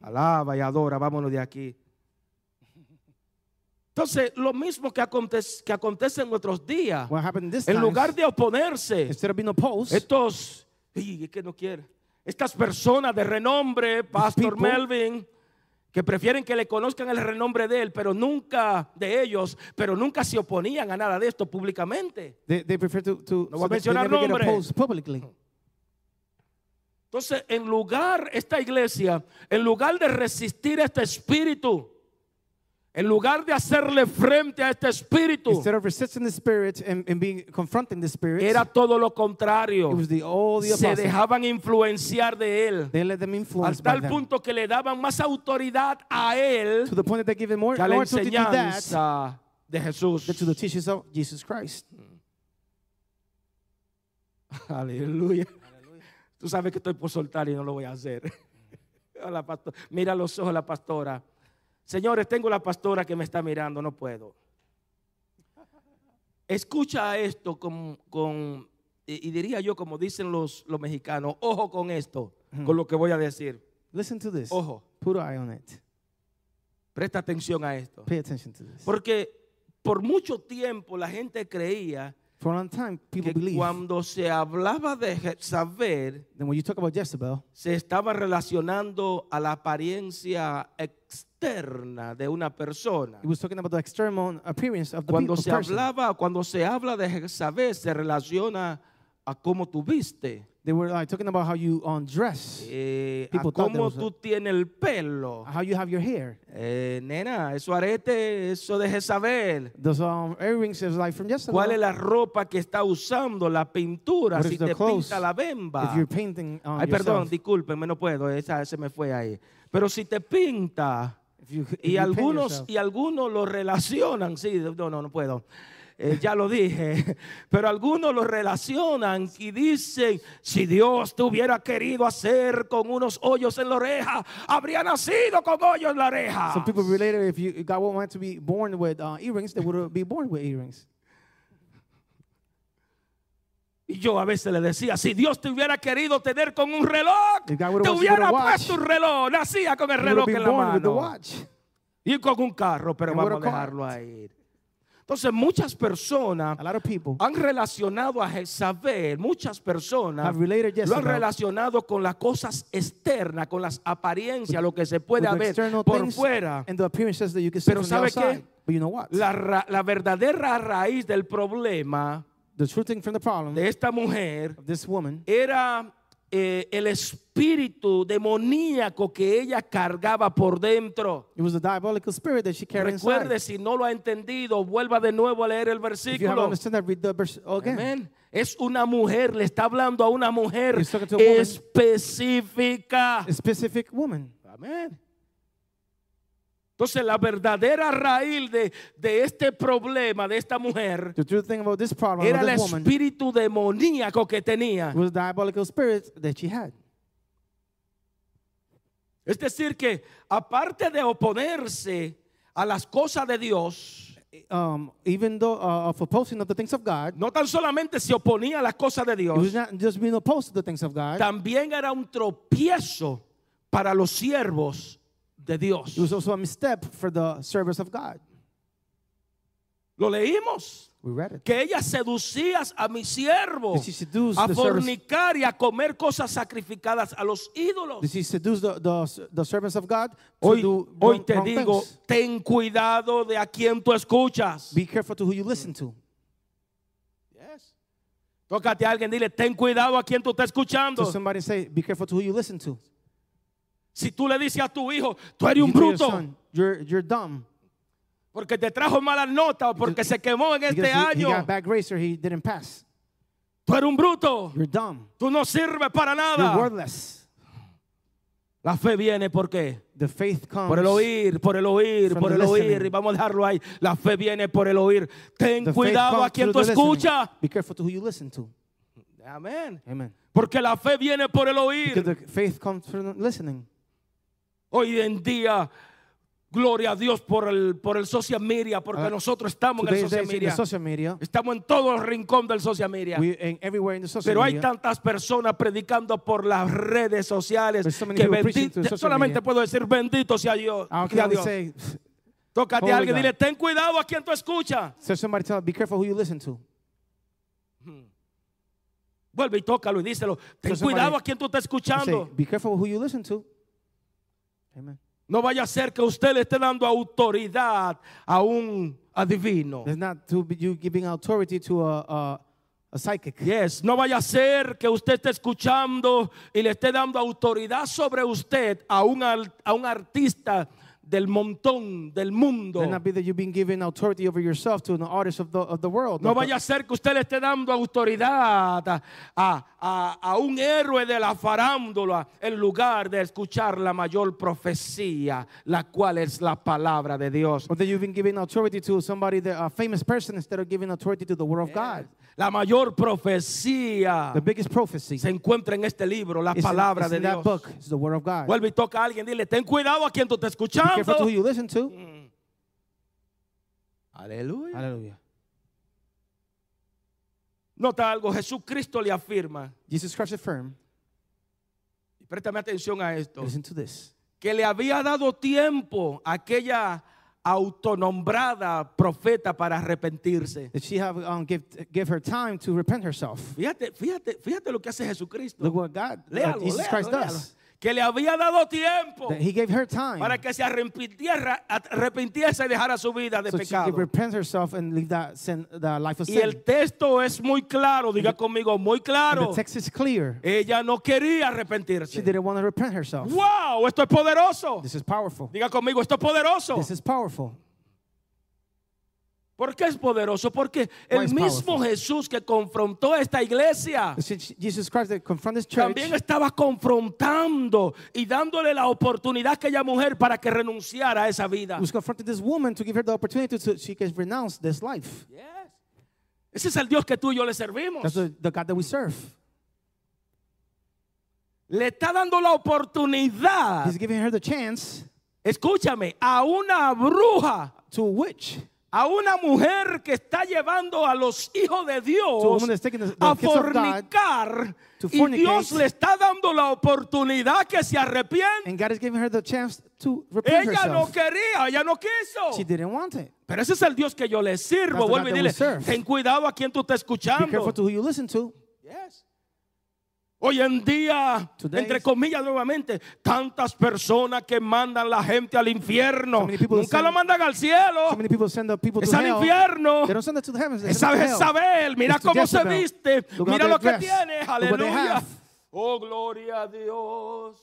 Speaker 1: Alaba y adora, vámonos de aquí. Entonces, lo mismo que acontece, que acontece en nuestros días,
Speaker 2: What happened this
Speaker 1: en
Speaker 2: time,
Speaker 1: lugar de oponerse,
Speaker 2: instead of being opposed,
Speaker 1: estos, y es que no quiere, estas personas de renombre, Pastor
Speaker 2: people-
Speaker 1: Melvin, que prefieren que le conozcan el renombre de él, pero nunca de ellos, pero nunca se oponían a nada de esto públicamente.
Speaker 2: they, they prefer to, to
Speaker 1: No voy a
Speaker 2: they- they
Speaker 1: mencionar
Speaker 2: never get
Speaker 1: nombres.
Speaker 2: opposed publicly.
Speaker 1: Entonces, en lugar, esta iglesia, en lugar de resistir a este espíritu, en lugar de hacerle frente a este espíritu,
Speaker 2: Instead of resisting the spirit and, and being confronting the spirit,
Speaker 1: era todo lo
Speaker 2: it
Speaker 1: contrario.
Speaker 2: was the all the
Speaker 1: Se
Speaker 2: apostles.
Speaker 1: dejaban influenciar de él.
Speaker 2: they let them
Speaker 1: A
Speaker 2: influence by
Speaker 1: tal
Speaker 2: them.
Speaker 1: punto que le daban más autoridad a él
Speaker 2: to the point that they give him more
Speaker 1: que a la
Speaker 2: more to do that than
Speaker 1: enseñanza de
Speaker 2: to
Speaker 1: Jesús.
Speaker 2: the teachings of Jesus Christ.
Speaker 1: Aleluya. Tú sabes que estoy por soltar y no lo voy a hacer. *laughs* A la pasto- Mira los ojos de la pastora. Señores, tengo la pastora que me está mirando, no puedo. Escucha esto con, con- y y diría yo como dicen los, los mexicanos, ojo con esto, con lo que voy a decir.
Speaker 2: Listen to this.
Speaker 1: Ojo,
Speaker 2: Put an eye on it.
Speaker 1: presta atención a esto.
Speaker 2: Pay attention to this.
Speaker 1: Porque por mucho tiempo la gente creía
Speaker 2: For a long time, people
Speaker 1: que
Speaker 2: believe
Speaker 1: cuando se hablaba de Je- saber,
Speaker 2: then when you talk about Jezebel,
Speaker 1: se estaba relacionando a la apariencia externa de una persona.
Speaker 2: it was talking about the external appearance of the
Speaker 1: Cuando
Speaker 2: people.
Speaker 1: se hablaba, cuando se habla de Jezabel, se relaciona a cómo tú viste,
Speaker 2: They were like talking about how you um, undress,
Speaker 1: eh, a
Speaker 2: People thought there
Speaker 1: cómo
Speaker 2: was a- Ah.
Speaker 1: tú tienes el pelo.
Speaker 2: how you have your hair.
Speaker 1: Eh, nena, eso arete, eso de Jezabel.
Speaker 2: Those um, earrings is like from Jezebel.
Speaker 1: ¿Cuál es la ropa que está usando? La pintura,
Speaker 2: What
Speaker 1: si
Speaker 2: is the
Speaker 1: te
Speaker 2: clothes?
Speaker 1: pinta la bemba.
Speaker 2: If you're painting on
Speaker 1: Ay, perdón,
Speaker 2: yourself,
Speaker 1: discúlpenme, no puedo, esa se me fue ahí. Pero si te pinta,
Speaker 2: if you, if
Speaker 1: Y
Speaker 2: you paint
Speaker 1: algunos,
Speaker 2: yourself,
Speaker 1: y algunos lo relacionan, sí, no, no, no puedo. eh, ya lo dije, *laughs* pero algunos lo relacionan y dicen, si Dios te hubiera querido hacer con unos hoyos en la oreja, habría nacido con hoyos en la oreja.
Speaker 2: Some people relate it. If you, if God wanted to be born with uh, earrings, they would be born with earrings.
Speaker 1: Y yo a veces le decía, si Dios te hubiera querido tener con un reloj,
Speaker 2: If God would've
Speaker 1: te
Speaker 2: wanted you with a
Speaker 1: hubiera
Speaker 2: watch,
Speaker 1: puesto un reloj, nacía con el
Speaker 2: They would
Speaker 1: reloj
Speaker 2: be
Speaker 1: en la
Speaker 2: born with the
Speaker 1: mano.
Speaker 2: watch.
Speaker 1: Y con un carro, pero
Speaker 2: And
Speaker 1: vamos a
Speaker 2: with a car.
Speaker 1: dejarlo ahí. Entonces muchas personas
Speaker 2: A lot of people
Speaker 1: han relacionado a Jezabel, muchas personas
Speaker 2: have related
Speaker 1: lo han
Speaker 2: Jezebel
Speaker 1: relacionado con las cosas externas, con las apariencias, lo que se
Speaker 2: with
Speaker 1: puede
Speaker 2: the
Speaker 1: ver
Speaker 2: external
Speaker 1: por
Speaker 2: things
Speaker 1: fuera.
Speaker 2: and the appearances that you can see
Speaker 1: Pero
Speaker 2: from the
Speaker 1: ¿sabe qué?
Speaker 2: outside. But you know what?
Speaker 1: La, ra- la verdadera raíz del problema
Speaker 2: the true thing from the problem
Speaker 1: de esta mujer
Speaker 2: of this woman
Speaker 1: era eh, el espíritu demoníaco que ella cargaba por dentro.
Speaker 2: It was the diabolical spirit that she carried
Speaker 1: Recuerde,
Speaker 2: inside.
Speaker 1: si no lo ha entendido, vuelva de nuevo a leer el
Speaker 2: If you haven't
Speaker 1: versículo.
Speaker 2: understood that, read the verse again.
Speaker 1: Amén. Es una mujer, le está hablando a una mujer
Speaker 2: He's talking to a woman.
Speaker 1: específica.
Speaker 2: A specific woman.
Speaker 1: Amén. Entonces la verdadera raíz de, de este problema de esta mujer
Speaker 2: The true thing about this problem
Speaker 1: era
Speaker 2: of
Speaker 1: el
Speaker 2: this woman
Speaker 1: espíritu demoníaco que tenía.
Speaker 2: was the diabolical spirit that she had.
Speaker 1: Es decir, que aparte de oponerse a las cosas de Dios,
Speaker 2: Um, even though uh, of opposing of the things of God,
Speaker 1: no tan solamente se oponía a las cosas de
Speaker 2: it
Speaker 1: Dios,
Speaker 2: was not just being opposed to the things of God.
Speaker 1: también era un tropiezo para los siervos de Dios.
Speaker 2: It was also a misstep for the service of God.
Speaker 1: Lo leímos.
Speaker 2: We read it.
Speaker 1: que ellas seducías a mis siervos
Speaker 2: Did she seduce
Speaker 1: a
Speaker 2: the
Speaker 1: fornicar y a comer cosas sacrificadas a los ídolos.
Speaker 2: Did she seduce the, the, the servants of God to
Speaker 1: Hoy,
Speaker 2: do
Speaker 1: hoy
Speaker 2: wrong-
Speaker 1: te
Speaker 2: wrong
Speaker 1: digo,
Speaker 2: things?
Speaker 1: ten cuidado de a quien tú escuchas.
Speaker 2: Be careful to who you listen to.
Speaker 1: Tócate a alguien, dile, ten cuidado a quien tú estás
Speaker 2: So
Speaker 1: escuchando.
Speaker 2: somebody say, be careful to who you listen to.
Speaker 1: Si tú le dices a tu hijo, tú eres un
Speaker 2: You tell your
Speaker 1: bruto
Speaker 2: son, you're, you're dumb.
Speaker 1: porque te trajo malas notas o porque se quemó en este
Speaker 2: Because he, he
Speaker 1: año,
Speaker 2: got back racer, he didn't pass.
Speaker 1: tú eres un bruto,
Speaker 2: You're dumb.
Speaker 1: tú no sirves para
Speaker 2: You're
Speaker 1: nada.
Speaker 2: worthless.
Speaker 1: La fe viene por qué?
Speaker 2: The faith comes.
Speaker 1: Por el oír, por el oír,
Speaker 2: From
Speaker 1: por
Speaker 2: the
Speaker 1: el oír.
Speaker 2: listening.
Speaker 1: Y vamos a dejarlo ahí. La fe viene por el oír. Ten
Speaker 2: The faith
Speaker 1: cuidado
Speaker 2: comes
Speaker 1: a quien
Speaker 2: through
Speaker 1: tú
Speaker 2: the listening.
Speaker 1: escuchas.
Speaker 2: Be careful to who you listen to.
Speaker 1: Amén.
Speaker 2: Amen.
Speaker 1: Porque la fe viene por el
Speaker 2: Because
Speaker 1: oír.
Speaker 2: the faith comes from listening.
Speaker 1: Hoy en día, gloria a Dios por el, por el social media, porque
Speaker 2: Ah,
Speaker 1: nosotros estamos en el
Speaker 2: Today
Speaker 1: social
Speaker 2: days in the
Speaker 1: media.
Speaker 2: social media,
Speaker 1: Estamos en todo el rincón del social media.
Speaker 2: we and everywhere in the social
Speaker 1: Pero hay
Speaker 2: media,
Speaker 1: tantas personas predicando por las redes sociales
Speaker 2: There's so many
Speaker 1: que
Speaker 2: people preaching
Speaker 1: bendi-
Speaker 2: through social
Speaker 1: solamente
Speaker 2: media. Ah,
Speaker 1: puedo decir bendito sea Dios.
Speaker 2: I can
Speaker 1: sea
Speaker 2: only
Speaker 1: Dios.
Speaker 2: say,
Speaker 1: Tócate
Speaker 2: Holy
Speaker 1: a alguien y
Speaker 2: God.
Speaker 1: dile, ten cuidado a quien tú escuchas.
Speaker 2: so somebody tell, be careful who you listen to.
Speaker 1: Vuelve y tócalo y díselo. Ten
Speaker 2: Entonces,
Speaker 1: cuidado
Speaker 2: María,
Speaker 1: a quien tú estás
Speaker 2: I Say,
Speaker 1: escuchando.
Speaker 2: be careful who you listen to. Amen.
Speaker 1: No vaya a ser que usted le esté dando autoridad a un adivino.
Speaker 2: There's not to be you giving authority to a, a, a psychic.
Speaker 1: Yes, no vaya a ser que usted esté escuchando y le esté dando autoridad sobre usted a un, al- a un artista del montón, del mundo.
Speaker 2: Let not be that you've been given authority over yourself to an artist of the, of the world.
Speaker 1: No vaya a ser que usted le esté dando autoridad a, a- a- a un héroe de la farándula en lugar de escuchar la mayor profecía, la cual es la palabra de Dios.
Speaker 2: Or that you've been giving authority to somebody, that, a famous person, instead of giving authority to the Word of God.
Speaker 1: La mayor profecía
Speaker 2: The biggest prophecy
Speaker 1: se encuentra en este libro, la
Speaker 2: is, in,
Speaker 1: palabra
Speaker 2: is
Speaker 1: de
Speaker 2: in that
Speaker 1: Dios.
Speaker 2: book. It's the Word of God.
Speaker 1: Vuelve y toca a alguien, dile, ten cuidado a quien tú estás
Speaker 2: be careful to
Speaker 1: escuchando.
Speaker 2: who you listen
Speaker 1: Mm.
Speaker 2: to.
Speaker 1: Aleluya.
Speaker 2: Hallelujah.
Speaker 1: Nota algo, Jesucristo le afirma,
Speaker 2: Jesus Christ affirmed,
Speaker 1: y préstame atención a esto,
Speaker 2: listen to this.
Speaker 1: que le había dado tiempo a aquella autonombrada profeta para arrepentirse.
Speaker 2: That she have um, give, give her time to repent herself.
Speaker 1: Fíjate, fíjate, fíjate lo que hace Jesucristo.
Speaker 2: Look what God, what
Speaker 1: Léalo,
Speaker 2: Jesus
Speaker 1: léalo,
Speaker 2: Christ
Speaker 1: léalo.
Speaker 2: does.
Speaker 1: Que le había dado tiempo
Speaker 2: That he gave her time
Speaker 1: para que se arrepintiera, arrepintiese y dejara su vida de
Speaker 2: so she could
Speaker 1: pecado.
Speaker 2: repent herself and leave that sin, the life of
Speaker 1: Y el
Speaker 2: sin.
Speaker 1: texto es muy claro, diga conmigo, muy
Speaker 2: And
Speaker 1: claro.
Speaker 2: the text is clear.
Speaker 1: Ella no quería
Speaker 2: She
Speaker 1: arrepentirse.
Speaker 2: didn't want to repent herself.
Speaker 1: ¡Wow! Esto es poderoso.
Speaker 2: This is powerful.
Speaker 1: Diga conmigo, esto es poderoso.
Speaker 2: This is powerful.
Speaker 1: ¿Por qué es poderoso? Porque
Speaker 2: Why
Speaker 1: el
Speaker 2: is
Speaker 1: mismo
Speaker 2: powerful?
Speaker 1: Jesús que confrontó a esta iglesia
Speaker 2: Since Jesus Christ that confront this church,
Speaker 1: también estaba confrontando y dándole la oportunidad a aquella mujer para que renunciara a esa vida.
Speaker 2: was confronted this woman to give her the opportunity to, so she can renounce this life.
Speaker 1: Yes. Ese es el Dios que tú y yo le servimos.
Speaker 2: That's the, the God that we serve.
Speaker 1: Le está dando la oportunidad,
Speaker 2: He's giving her the chance
Speaker 1: escúchame, a una bruja,
Speaker 2: to a witch,
Speaker 1: a una mujer que está llevando a los hijos de
Speaker 2: to a woman
Speaker 1: Dios
Speaker 2: that's taking the, the
Speaker 1: a
Speaker 2: kids of God,
Speaker 1: fornicar.
Speaker 2: to
Speaker 1: Y Dios
Speaker 2: fornicate.
Speaker 1: le está dando la oportunidad que se arrepiente.
Speaker 2: and God is giving her the chance to repent
Speaker 1: Ella no
Speaker 2: herself.
Speaker 1: quería, ella no quiso.
Speaker 2: She didn't want it.
Speaker 1: Pero ese es el Dios que yo le sirvo.
Speaker 2: God
Speaker 1: Vuelvo y
Speaker 2: that
Speaker 1: dile,
Speaker 2: we serve.
Speaker 1: ten cuidado a quien tú estás
Speaker 2: Be careful
Speaker 1: escuchando.
Speaker 2: to who you listen to.
Speaker 1: Yes. Hoy en día,
Speaker 2: Today
Speaker 1: entre
Speaker 2: is-
Speaker 1: comillas nuevamente, tantas personas que mandan la gente al infierno,
Speaker 2: So many people
Speaker 1: nunca
Speaker 2: send-
Speaker 1: la mandan al cielo,
Speaker 2: So many people send up people
Speaker 1: es
Speaker 2: to
Speaker 1: al
Speaker 2: hell.
Speaker 1: infierno.
Speaker 2: They don't send it to the heavens. They
Speaker 1: Esa
Speaker 2: send it
Speaker 1: es
Speaker 2: to hell.
Speaker 1: Isabel, mira
Speaker 2: It's to
Speaker 1: cómo se
Speaker 2: Jezebel.
Speaker 1: viste,
Speaker 2: Look how
Speaker 1: mira
Speaker 2: they
Speaker 1: lo que
Speaker 2: dress.
Speaker 1: tiene,
Speaker 2: Look what they
Speaker 1: aleluya.
Speaker 2: have.
Speaker 1: Oh, gloria a Dios.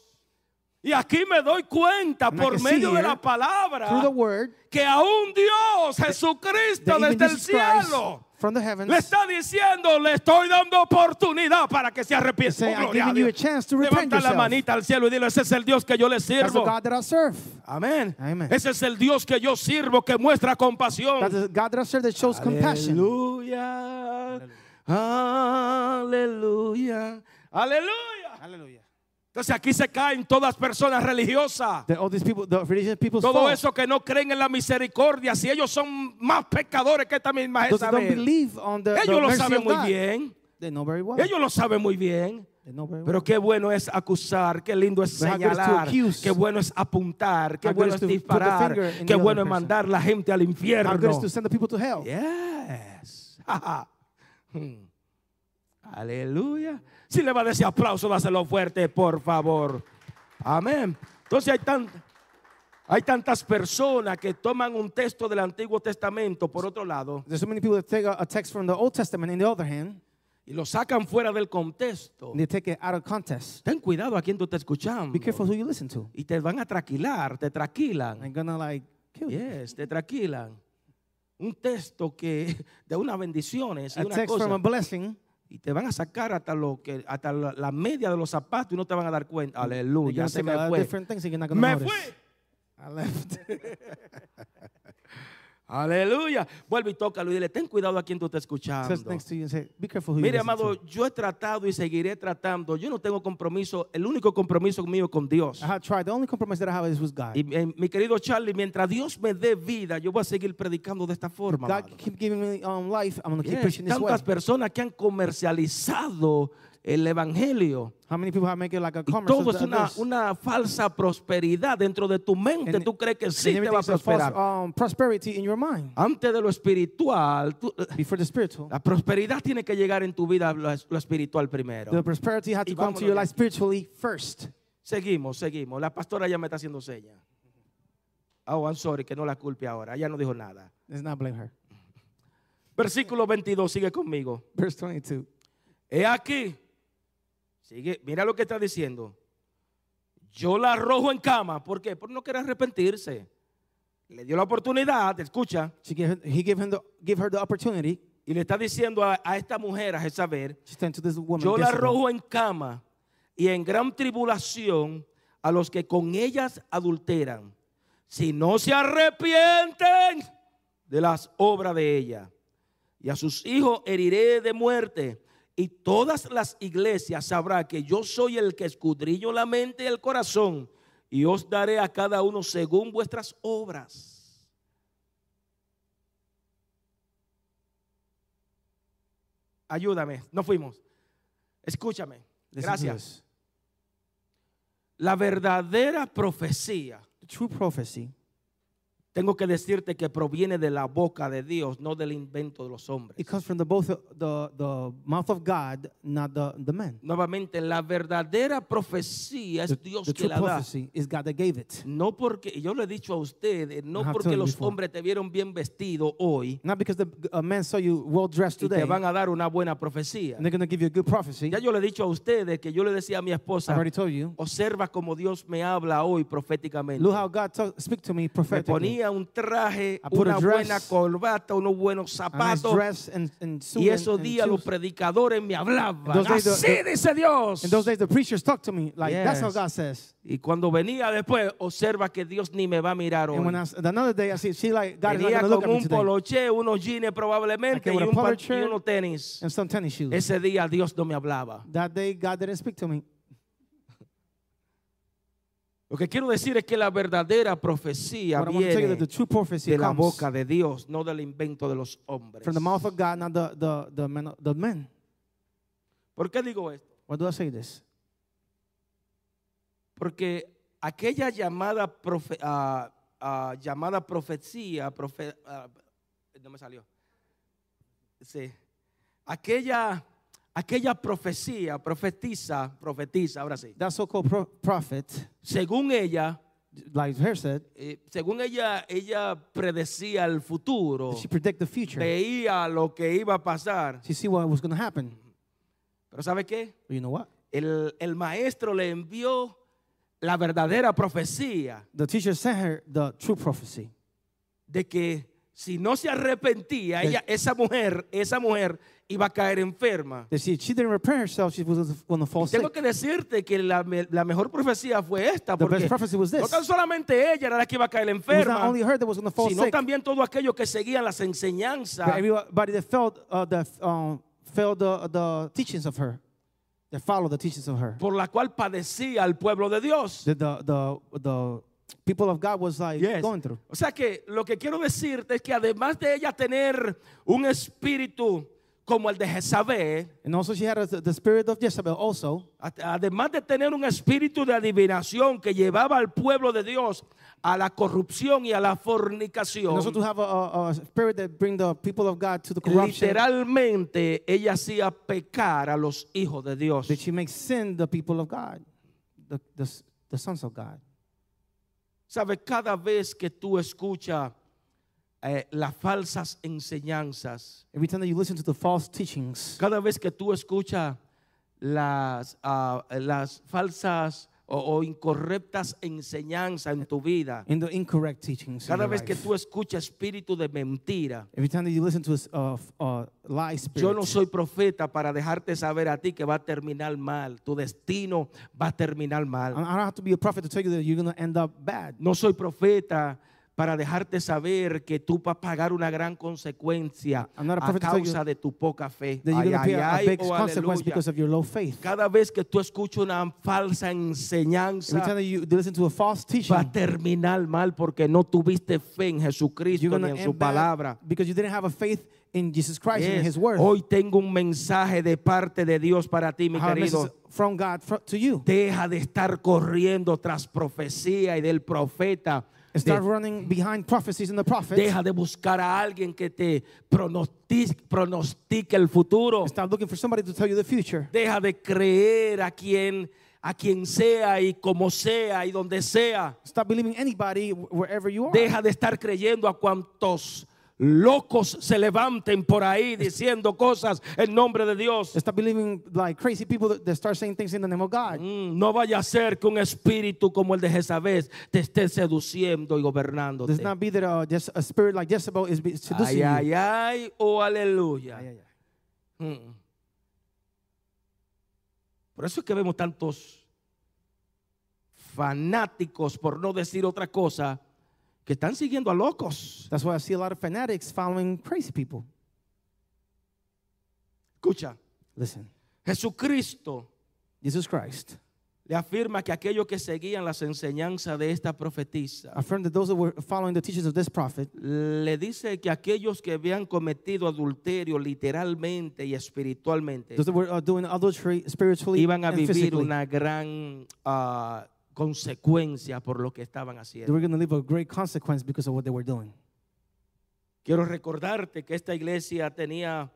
Speaker 1: Y aquí me doy cuenta
Speaker 2: And I
Speaker 1: por
Speaker 2: can see
Speaker 1: medio de
Speaker 2: here,
Speaker 1: la palabra
Speaker 2: eh. Through the word,
Speaker 1: que aún Dios, Jesucristo
Speaker 2: that even
Speaker 1: desde el
Speaker 2: Jesus Christ
Speaker 1: cielo,
Speaker 2: from the heavens
Speaker 1: le está diciendo, le estoy dando oportunidad para que se arrepienta.
Speaker 2: Say,
Speaker 1: Oh,
Speaker 2: "I'm
Speaker 1: gloria a
Speaker 2: giving you
Speaker 1: Dios.
Speaker 2: a chance to repent
Speaker 1: Levanta la
Speaker 2: yourself."
Speaker 1: manita al cielo y dile, ese es el Dios que yo le
Speaker 2: That's the
Speaker 1: sirvo.
Speaker 2: God that I serve.
Speaker 1: Amén.
Speaker 2: Amen.
Speaker 1: Ese es el Dios que yo sirvo, que muestra
Speaker 2: That's
Speaker 1: compasión.
Speaker 2: the God that I serve that shows compassion.
Speaker 1: Aleluya. Aleluya. Aleluya.
Speaker 2: Hallelujah.
Speaker 1: Entonces aquí se caen todas personas religiosas.
Speaker 2: That all these people, the religious people,
Speaker 1: Todo
Speaker 2: fall.
Speaker 1: eso que no creen en la misericordia, si ellos son más pecadores que esta misma
Speaker 2: Those that don't
Speaker 1: Jezabel.
Speaker 2: believe on the, the
Speaker 1: Ellos lo
Speaker 2: mercy
Speaker 1: saben
Speaker 2: of
Speaker 1: muy
Speaker 2: God.
Speaker 1: bien.
Speaker 2: They know very well.
Speaker 1: Ellos lo saben muy bien.
Speaker 2: They know very
Speaker 1: Pero
Speaker 2: well.
Speaker 1: qué bueno es acusar, qué lindo es
Speaker 2: But how good is to
Speaker 1: señalar,
Speaker 2: accuse?
Speaker 1: qué bueno es apuntar, qué
Speaker 2: How good
Speaker 1: bueno
Speaker 2: is
Speaker 1: es
Speaker 2: to put the
Speaker 1: disparar,
Speaker 2: finger
Speaker 1: qué
Speaker 2: in the other
Speaker 1: bueno es
Speaker 2: person?
Speaker 1: mandar la gente al
Speaker 2: How good is
Speaker 1: infierno.
Speaker 2: to send the people to *laughs* hell.
Speaker 1: Yes. *laughs* Hmm. Aleluya. Si le va a decir aplauso, dáselo fuerte, por favor. Amén. Entonces hay tan- hay tantas personas que toman un texto del Antiguo Testamento, por otro lado,
Speaker 2: There's so many people that take a, a text from the Old Testament, in the other hand,
Speaker 1: y lo sacan fuera del contexto.
Speaker 2: and they take it out of context.
Speaker 1: Ten cuidado a quien tú estás escuchando.
Speaker 2: Be careful who you listen to.
Speaker 1: Y te van a traquilar, te traquilan.
Speaker 2: I'm gonna like kill you.
Speaker 1: Yes, te traquilan. Un texto que *laughs* de unas bendiciones y
Speaker 2: A
Speaker 1: una
Speaker 2: text
Speaker 1: cosa,
Speaker 2: from a blessing.
Speaker 1: y te van a sacar hasta lo que hasta la, la media de los zapatos y no te van a dar cuenta.
Speaker 2: You're
Speaker 1: Aleluya,
Speaker 2: gonna
Speaker 1: se
Speaker 2: take
Speaker 1: me
Speaker 2: a lot of
Speaker 1: fue.
Speaker 2: different things. and You're not gonna
Speaker 1: Me
Speaker 2: notice.
Speaker 1: fui.
Speaker 2: I left.
Speaker 1: Aleluya. Vuelve y tócalo y dile, ten cuidado a quien tú estás escuchando.
Speaker 2: Says next to you and say, "Be careful who you
Speaker 1: Mire,
Speaker 2: listen to."
Speaker 1: amado, yo he tratado y seguiré tratando. Yo no tengo compromiso. El único compromiso mío es con Dios.
Speaker 2: I have tried. The only compromise that I have is with God.
Speaker 1: Y eh, mi querido Charlie, mientras Dios me dé vida, yo voy a seguir predicando de esta forma.
Speaker 2: God
Speaker 1: amado.
Speaker 2: keep giving me um, life. I'm gonna keep
Speaker 1: Yes,
Speaker 2: preaching this way.
Speaker 1: Tantas personas que han comercializado el evangelio.
Speaker 2: How many people have make it like a
Speaker 1: Y
Speaker 2: commerce?
Speaker 1: todo
Speaker 2: of
Speaker 1: es
Speaker 2: the-
Speaker 1: una,
Speaker 2: this?
Speaker 1: una falsa prosperidad dentro de tu mente.
Speaker 2: And-
Speaker 1: Tú crees que sí
Speaker 2: And
Speaker 1: te va a
Speaker 2: everything's a false,
Speaker 1: prosperar.
Speaker 2: um, prosperity in your mind
Speaker 1: Antes de lo espiritual, tú-
Speaker 2: before Ah, the spiritual.
Speaker 1: la prosperidad tiene que llegar en tu vida lo, es- lo espiritual primero.
Speaker 2: The prosperity had to
Speaker 1: Y
Speaker 2: come to
Speaker 1: vámonos
Speaker 2: your
Speaker 1: ya.
Speaker 2: life spiritually first.
Speaker 1: Seguimos, seguimos. La pastora ya me está haciendo señas. Oh, I'm sorry, que no la culpe ahora. Ella no dijo nada.
Speaker 2: Let's not blame her.
Speaker 1: Versículo 22, sigue conmigo.
Speaker 2: Verse 22.
Speaker 1: He aquí. Sigue, mira lo que está diciendo. Yo la arrojo en cama. ¿Por qué? Por no querer arrepentirse. Le dio la oportunidad, escucha,
Speaker 2: She gave him, he gave him the give her the opportunity.
Speaker 1: y le está diciendo a, a esta mujer, a Jezabel,
Speaker 2: She turned to this woman.
Speaker 1: yo la
Speaker 2: Jezebel.
Speaker 1: arrojo en cama y en gran tribulación a los que con ellas adulteran, si no se arrepienten de las obras de ella. Y a sus hijos heriré de muerte. Y todas las iglesias sabrá que yo soy el que escudriño la mente y el corazón. Y os daré a cada uno según vuestras obras. Ayúdame, no fuimos. Escúchame.
Speaker 2: Listen to
Speaker 1: Gracias.
Speaker 2: this.
Speaker 1: La verdadera profecía,
Speaker 2: The true prophecy.
Speaker 1: tengo que decirte que proviene de la boca de Dios, no del invento de los hombres.
Speaker 2: It comes from the both the, the mouth of God, not the, the man.
Speaker 1: Nuevamente, la verdadera profecía es Dios
Speaker 2: the
Speaker 1: que
Speaker 2: true
Speaker 1: la da.
Speaker 2: prophecy is God that gave it.
Speaker 1: No porque, y yo le he dicho a usted, eh,
Speaker 2: I
Speaker 1: no
Speaker 2: have
Speaker 1: porque
Speaker 2: told you
Speaker 1: los
Speaker 2: before.
Speaker 1: hombres te vieron bien vestido hoy
Speaker 2: Not because the a man saw you well dressed
Speaker 1: y
Speaker 2: today,
Speaker 1: te van a dar una buena profecía.
Speaker 2: and they're gonna give you a good prophecy.
Speaker 1: Ya yo le he dicho a ustedes que yo le decía a mi
Speaker 2: I
Speaker 1: esposa,
Speaker 2: already told you.
Speaker 1: observa como Dios me habla hoy proféticamente.
Speaker 2: Look how God talk, speak to me
Speaker 1: Me
Speaker 2: prophetically.
Speaker 1: ponía ponía un traje,
Speaker 2: I put
Speaker 1: una
Speaker 2: a dress,
Speaker 1: buena corbata, unos buenos
Speaker 2: a nice
Speaker 1: zapatos.
Speaker 2: dress and, and suit
Speaker 1: Y
Speaker 2: and-
Speaker 1: esos
Speaker 2: and
Speaker 1: días los
Speaker 2: shoes.
Speaker 1: predicadores me hablaban.
Speaker 2: In those days, the-
Speaker 1: Así dice Dios.
Speaker 2: In those days, the preachers talked to me like, that's how
Speaker 1: Yes.
Speaker 2: God says.
Speaker 1: Y cuando venía después, observa que Dios ni me va a mirar
Speaker 2: And when I,
Speaker 1: hoy.
Speaker 2: s- another day, I see she like, God is not
Speaker 1: Venía
Speaker 2: going to look
Speaker 1: con
Speaker 2: at me
Speaker 1: un
Speaker 2: today.
Speaker 1: poloche, unos jeans probablemente
Speaker 2: I
Speaker 1: y,
Speaker 2: came with a
Speaker 1: un
Speaker 2: polo
Speaker 1: pa- y
Speaker 2: shirt.
Speaker 1: unos tenis.
Speaker 2: And some tennis shoes.
Speaker 1: Ese día Dios no me hablaba.
Speaker 2: that day, God didn't speak to me.
Speaker 1: Lo que quiero decir es que la verdadera profecía
Speaker 2: But I want to tell you that the
Speaker 1: viene
Speaker 2: true prophecy
Speaker 1: de la
Speaker 2: comes
Speaker 1: boca de Dios, no del invento de los hombres.
Speaker 2: from the mouth of God, not the, the, the, men, the men.
Speaker 1: ¿Por qué digo esto?
Speaker 2: Why do I say this?
Speaker 1: Porque aquella llamada, profe- ah, ah, llamada profecía, profe- ah, no me salió. Sí. Aquella, aquella profecía, profetiza, profetiza, ahora sí.
Speaker 2: That so-called pro- prophet,
Speaker 1: Según ella,
Speaker 2: like her said,
Speaker 1: eh, según ella, ella predecía el futuro,
Speaker 2: she predict the future.
Speaker 1: veía lo que iba a pasar.
Speaker 2: She see what was going to happen.
Speaker 1: Pero ¿sabe qué?
Speaker 2: But you know what?
Speaker 1: El, el maestro le envió la verdadera profecía.
Speaker 2: The teacher sent her the true prophecy.
Speaker 1: de que si no se arrepentía,
Speaker 2: Del-
Speaker 1: ella, esa mujer, esa mujer iba a caer enferma.
Speaker 2: That she, she didn't repair herself, she was going to fall sick.
Speaker 1: Tengo que decirte que la, me- la mejor profecía fue esta,
Speaker 2: The
Speaker 1: porque
Speaker 2: best prophecy was
Speaker 1: no
Speaker 2: this.
Speaker 1: tan solamente ella era la que iba a caer
Speaker 2: It was not
Speaker 1: enferma,
Speaker 2: only her that was going to fall
Speaker 1: sino
Speaker 2: sick,
Speaker 1: también todos aquellos que seguían las
Speaker 2: but
Speaker 1: enseñanzas.
Speaker 2: everybody that felt uh, that um, felt the, the teachings of her, that followed the teachings of her.
Speaker 1: por la cual padecía el pueblo de Dios.
Speaker 2: The, the, the, the people of God was like
Speaker 1: Yes.
Speaker 2: going through.
Speaker 1: O sea que lo que quiero decirte es que además de ella tener un espíritu como el de Jezabel,
Speaker 2: And also she had a, the spirit of Jezebel also.
Speaker 1: At- Además de tener un espíritu de adivinación que llevaba al pueblo de Dios a la corrupción y a la
Speaker 2: And
Speaker 1: fornicación,
Speaker 2: also to have a, a, a spirit that bring the people of God to the corruption.
Speaker 1: literalmente ella hacía pecar a los hijos de Dios.
Speaker 2: That she makes sin the people of God, the, the, s- the sons of God.
Speaker 1: Sabes, cada vez que tú escuchas eh, las falsas enseñanzas,
Speaker 2: Every time that you listen to the false teachings,
Speaker 1: cada vez que tú escuchas las, ah, las falsas o, o incorrectas enseñanzas en tu vida,
Speaker 2: in the incorrect teachings, in
Speaker 1: cada
Speaker 2: your
Speaker 1: vez que
Speaker 2: life.
Speaker 1: tú escuchas espíritu de mentira,
Speaker 2: every time that you listen to this uh, f- uh, lie spirit,
Speaker 1: Yo no soy profeta para dejarte saber a ti que va a terminar mal. Tu destino va a terminar
Speaker 2: I
Speaker 1: mal.
Speaker 2: I don't have to be a prophet to tell you that you're going to end up bad.
Speaker 1: No soy profeta para dejarte saber que tú vas a pagar una gran consecuencia
Speaker 2: I'm not a
Speaker 1: a
Speaker 2: prophet to tell you
Speaker 1: causa de tu poca fe.
Speaker 2: That you're
Speaker 1: Ay,
Speaker 2: going to pay
Speaker 1: ay,
Speaker 2: a, a
Speaker 1: ay,
Speaker 2: big
Speaker 1: oh,
Speaker 2: consequence
Speaker 1: aleluya.
Speaker 2: because of your low faith.
Speaker 1: Cada vez que tú escuchas una falsa
Speaker 2: Every time
Speaker 1: enseñanza,
Speaker 2: that you listen to a false teaching,
Speaker 1: va a terminar mal porque no tuviste fe en
Speaker 2: you're
Speaker 1: Jesucristo
Speaker 2: going
Speaker 1: ni
Speaker 2: to
Speaker 1: en
Speaker 2: end
Speaker 1: su
Speaker 2: bad
Speaker 1: palabra.
Speaker 2: because you didn't have a faith in Jesus Christ and in
Speaker 1: Yes.
Speaker 2: His Word.
Speaker 1: Hoy tengo un mensaje de parte de Dios para ti,
Speaker 2: I
Speaker 1: mi
Speaker 2: have a
Speaker 1: querido.
Speaker 2: message from God fro- to you.
Speaker 1: Deja de estar corriendo tras profecía y del profeta.
Speaker 2: And Start
Speaker 1: De-
Speaker 2: running behind prophecies and the prophets.
Speaker 1: deja de buscar a alguien que te pronosti- pronostique el futuro.
Speaker 2: And Start looking for somebody to tell you the future.
Speaker 1: Deja de creer a quien a quien sea y como sea y donde sea.
Speaker 2: Stop believing anybody wh- wherever you are.
Speaker 1: Deja de estar creyendo a cuantos locos se levanten por ahí diciendo cosas en nombre de Dios.
Speaker 2: Stop believing like crazy people that, that start saying things in the name of God.
Speaker 1: Mm, No vaya a ser que un espíritu como el de Jezabel te esté seduciendo y gobernándote.
Speaker 2: Does not be that uh, just a spirit like Jezebel is be- seducing
Speaker 1: Ay, ay,
Speaker 2: you.
Speaker 1: ay, oh, aleluya.
Speaker 2: Ay, ay, ay.
Speaker 1: Mm. Por eso es que vemos tantos fanáticos, por no decir otra cosa, que están siguiendo a locos.
Speaker 2: That's why I see a lot of fanatics following crazy people.
Speaker 1: Escucha,
Speaker 2: Listen,
Speaker 1: Jesucristo
Speaker 2: Jesus Christ
Speaker 1: le afirma que aquellos que seguían las enseñanzas de esta profetisa,
Speaker 2: affirmed that those that were following the teachings of this prophet,
Speaker 1: le dice que aquellos que habían cometido adulterio literalmente y espiritualmente,
Speaker 2: those that were uh, doing adultery spiritually
Speaker 1: iban a
Speaker 2: and
Speaker 1: vivir
Speaker 2: physically,
Speaker 1: una gran ah, consecuencia por lo que estaban
Speaker 2: they
Speaker 1: haciendo.
Speaker 2: were going to live a great consequence because of what they were doing.
Speaker 1: Quiero recordarte que esta iglesia tenía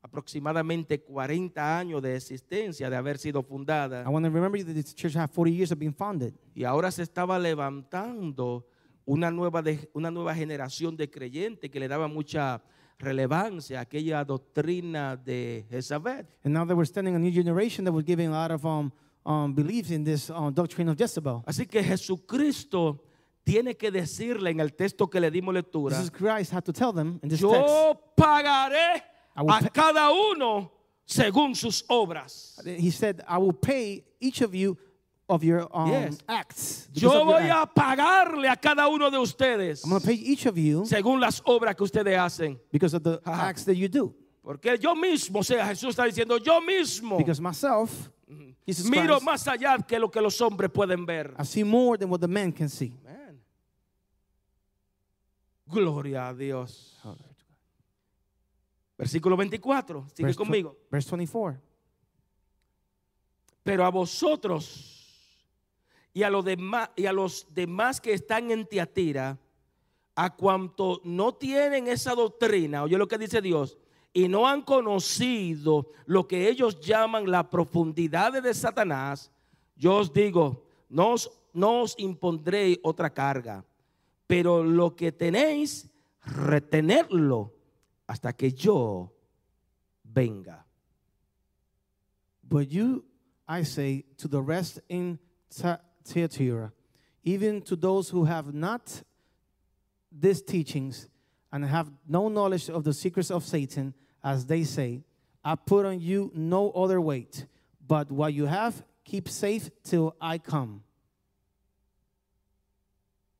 Speaker 1: aproximadamente 40 años de existencia de haber sido
Speaker 2: I
Speaker 1: fundada
Speaker 2: want to remember you that this church had 40 years of being founded.
Speaker 1: y ahora se estaba levantando una nueva, de- una nueva generación de creyentes que le daba mucha relevancia a aquella doctrina de Jezabel.
Speaker 2: And now that we're standing a new generation that was giving a lot of um, um, beliefs in this um, doctrine of Jezebel.
Speaker 1: Así que Jesucristo tiene que decirle en el texto que le dimos lectura,
Speaker 2: Jesus Christ had to tell them in this text
Speaker 1: yo pagaré
Speaker 2: I will
Speaker 1: a
Speaker 2: pay-
Speaker 1: cada uno según sus obras.
Speaker 2: He said, I will pay each of you of your um,
Speaker 1: Yes.
Speaker 2: acts. because
Speaker 1: Yo
Speaker 2: of your
Speaker 1: voy
Speaker 2: acts.
Speaker 1: a pagarle a cada uno de ustedes
Speaker 2: I'm going to pay each of you
Speaker 1: según las obras que ustedes hacen.
Speaker 2: because of the
Speaker 1: Ajá.
Speaker 2: acts that you do.
Speaker 1: Porque yo mismo, o sea, Jesús está diciendo, yo mismo
Speaker 2: Because myself,
Speaker 1: Mm-hmm.
Speaker 2: Jesus
Speaker 1: miro
Speaker 2: Christ,
Speaker 1: más allá que lo que los hombres pueden ver.
Speaker 2: I see more than what the man can see.
Speaker 1: Amén. Gloria a Dios. Versículo 24, sigue
Speaker 2: Verse tw-
Speaker 1: conmigo.
Speaker 2: Verse 24.
Speaker 1: Pero a vosotros y a, los demás, y a los demás que están en Tiatira, a cuanto no tienen esa doctrina, oye lo que dice Dios, y no han conocido lo que ellos llaman las profundidades de Satanás, yo os digo, no os, no os impondré otra carga, pero lo que tenéis, retenerlo hasta que yo venga.
Speaker 2: But you, I say, to the rest in Thy- Thyatira, even to those who have not these teachings and have no knowledge of the secrets of Satan, as they say, I put on you no other weight, but what you have, keep safe till I come.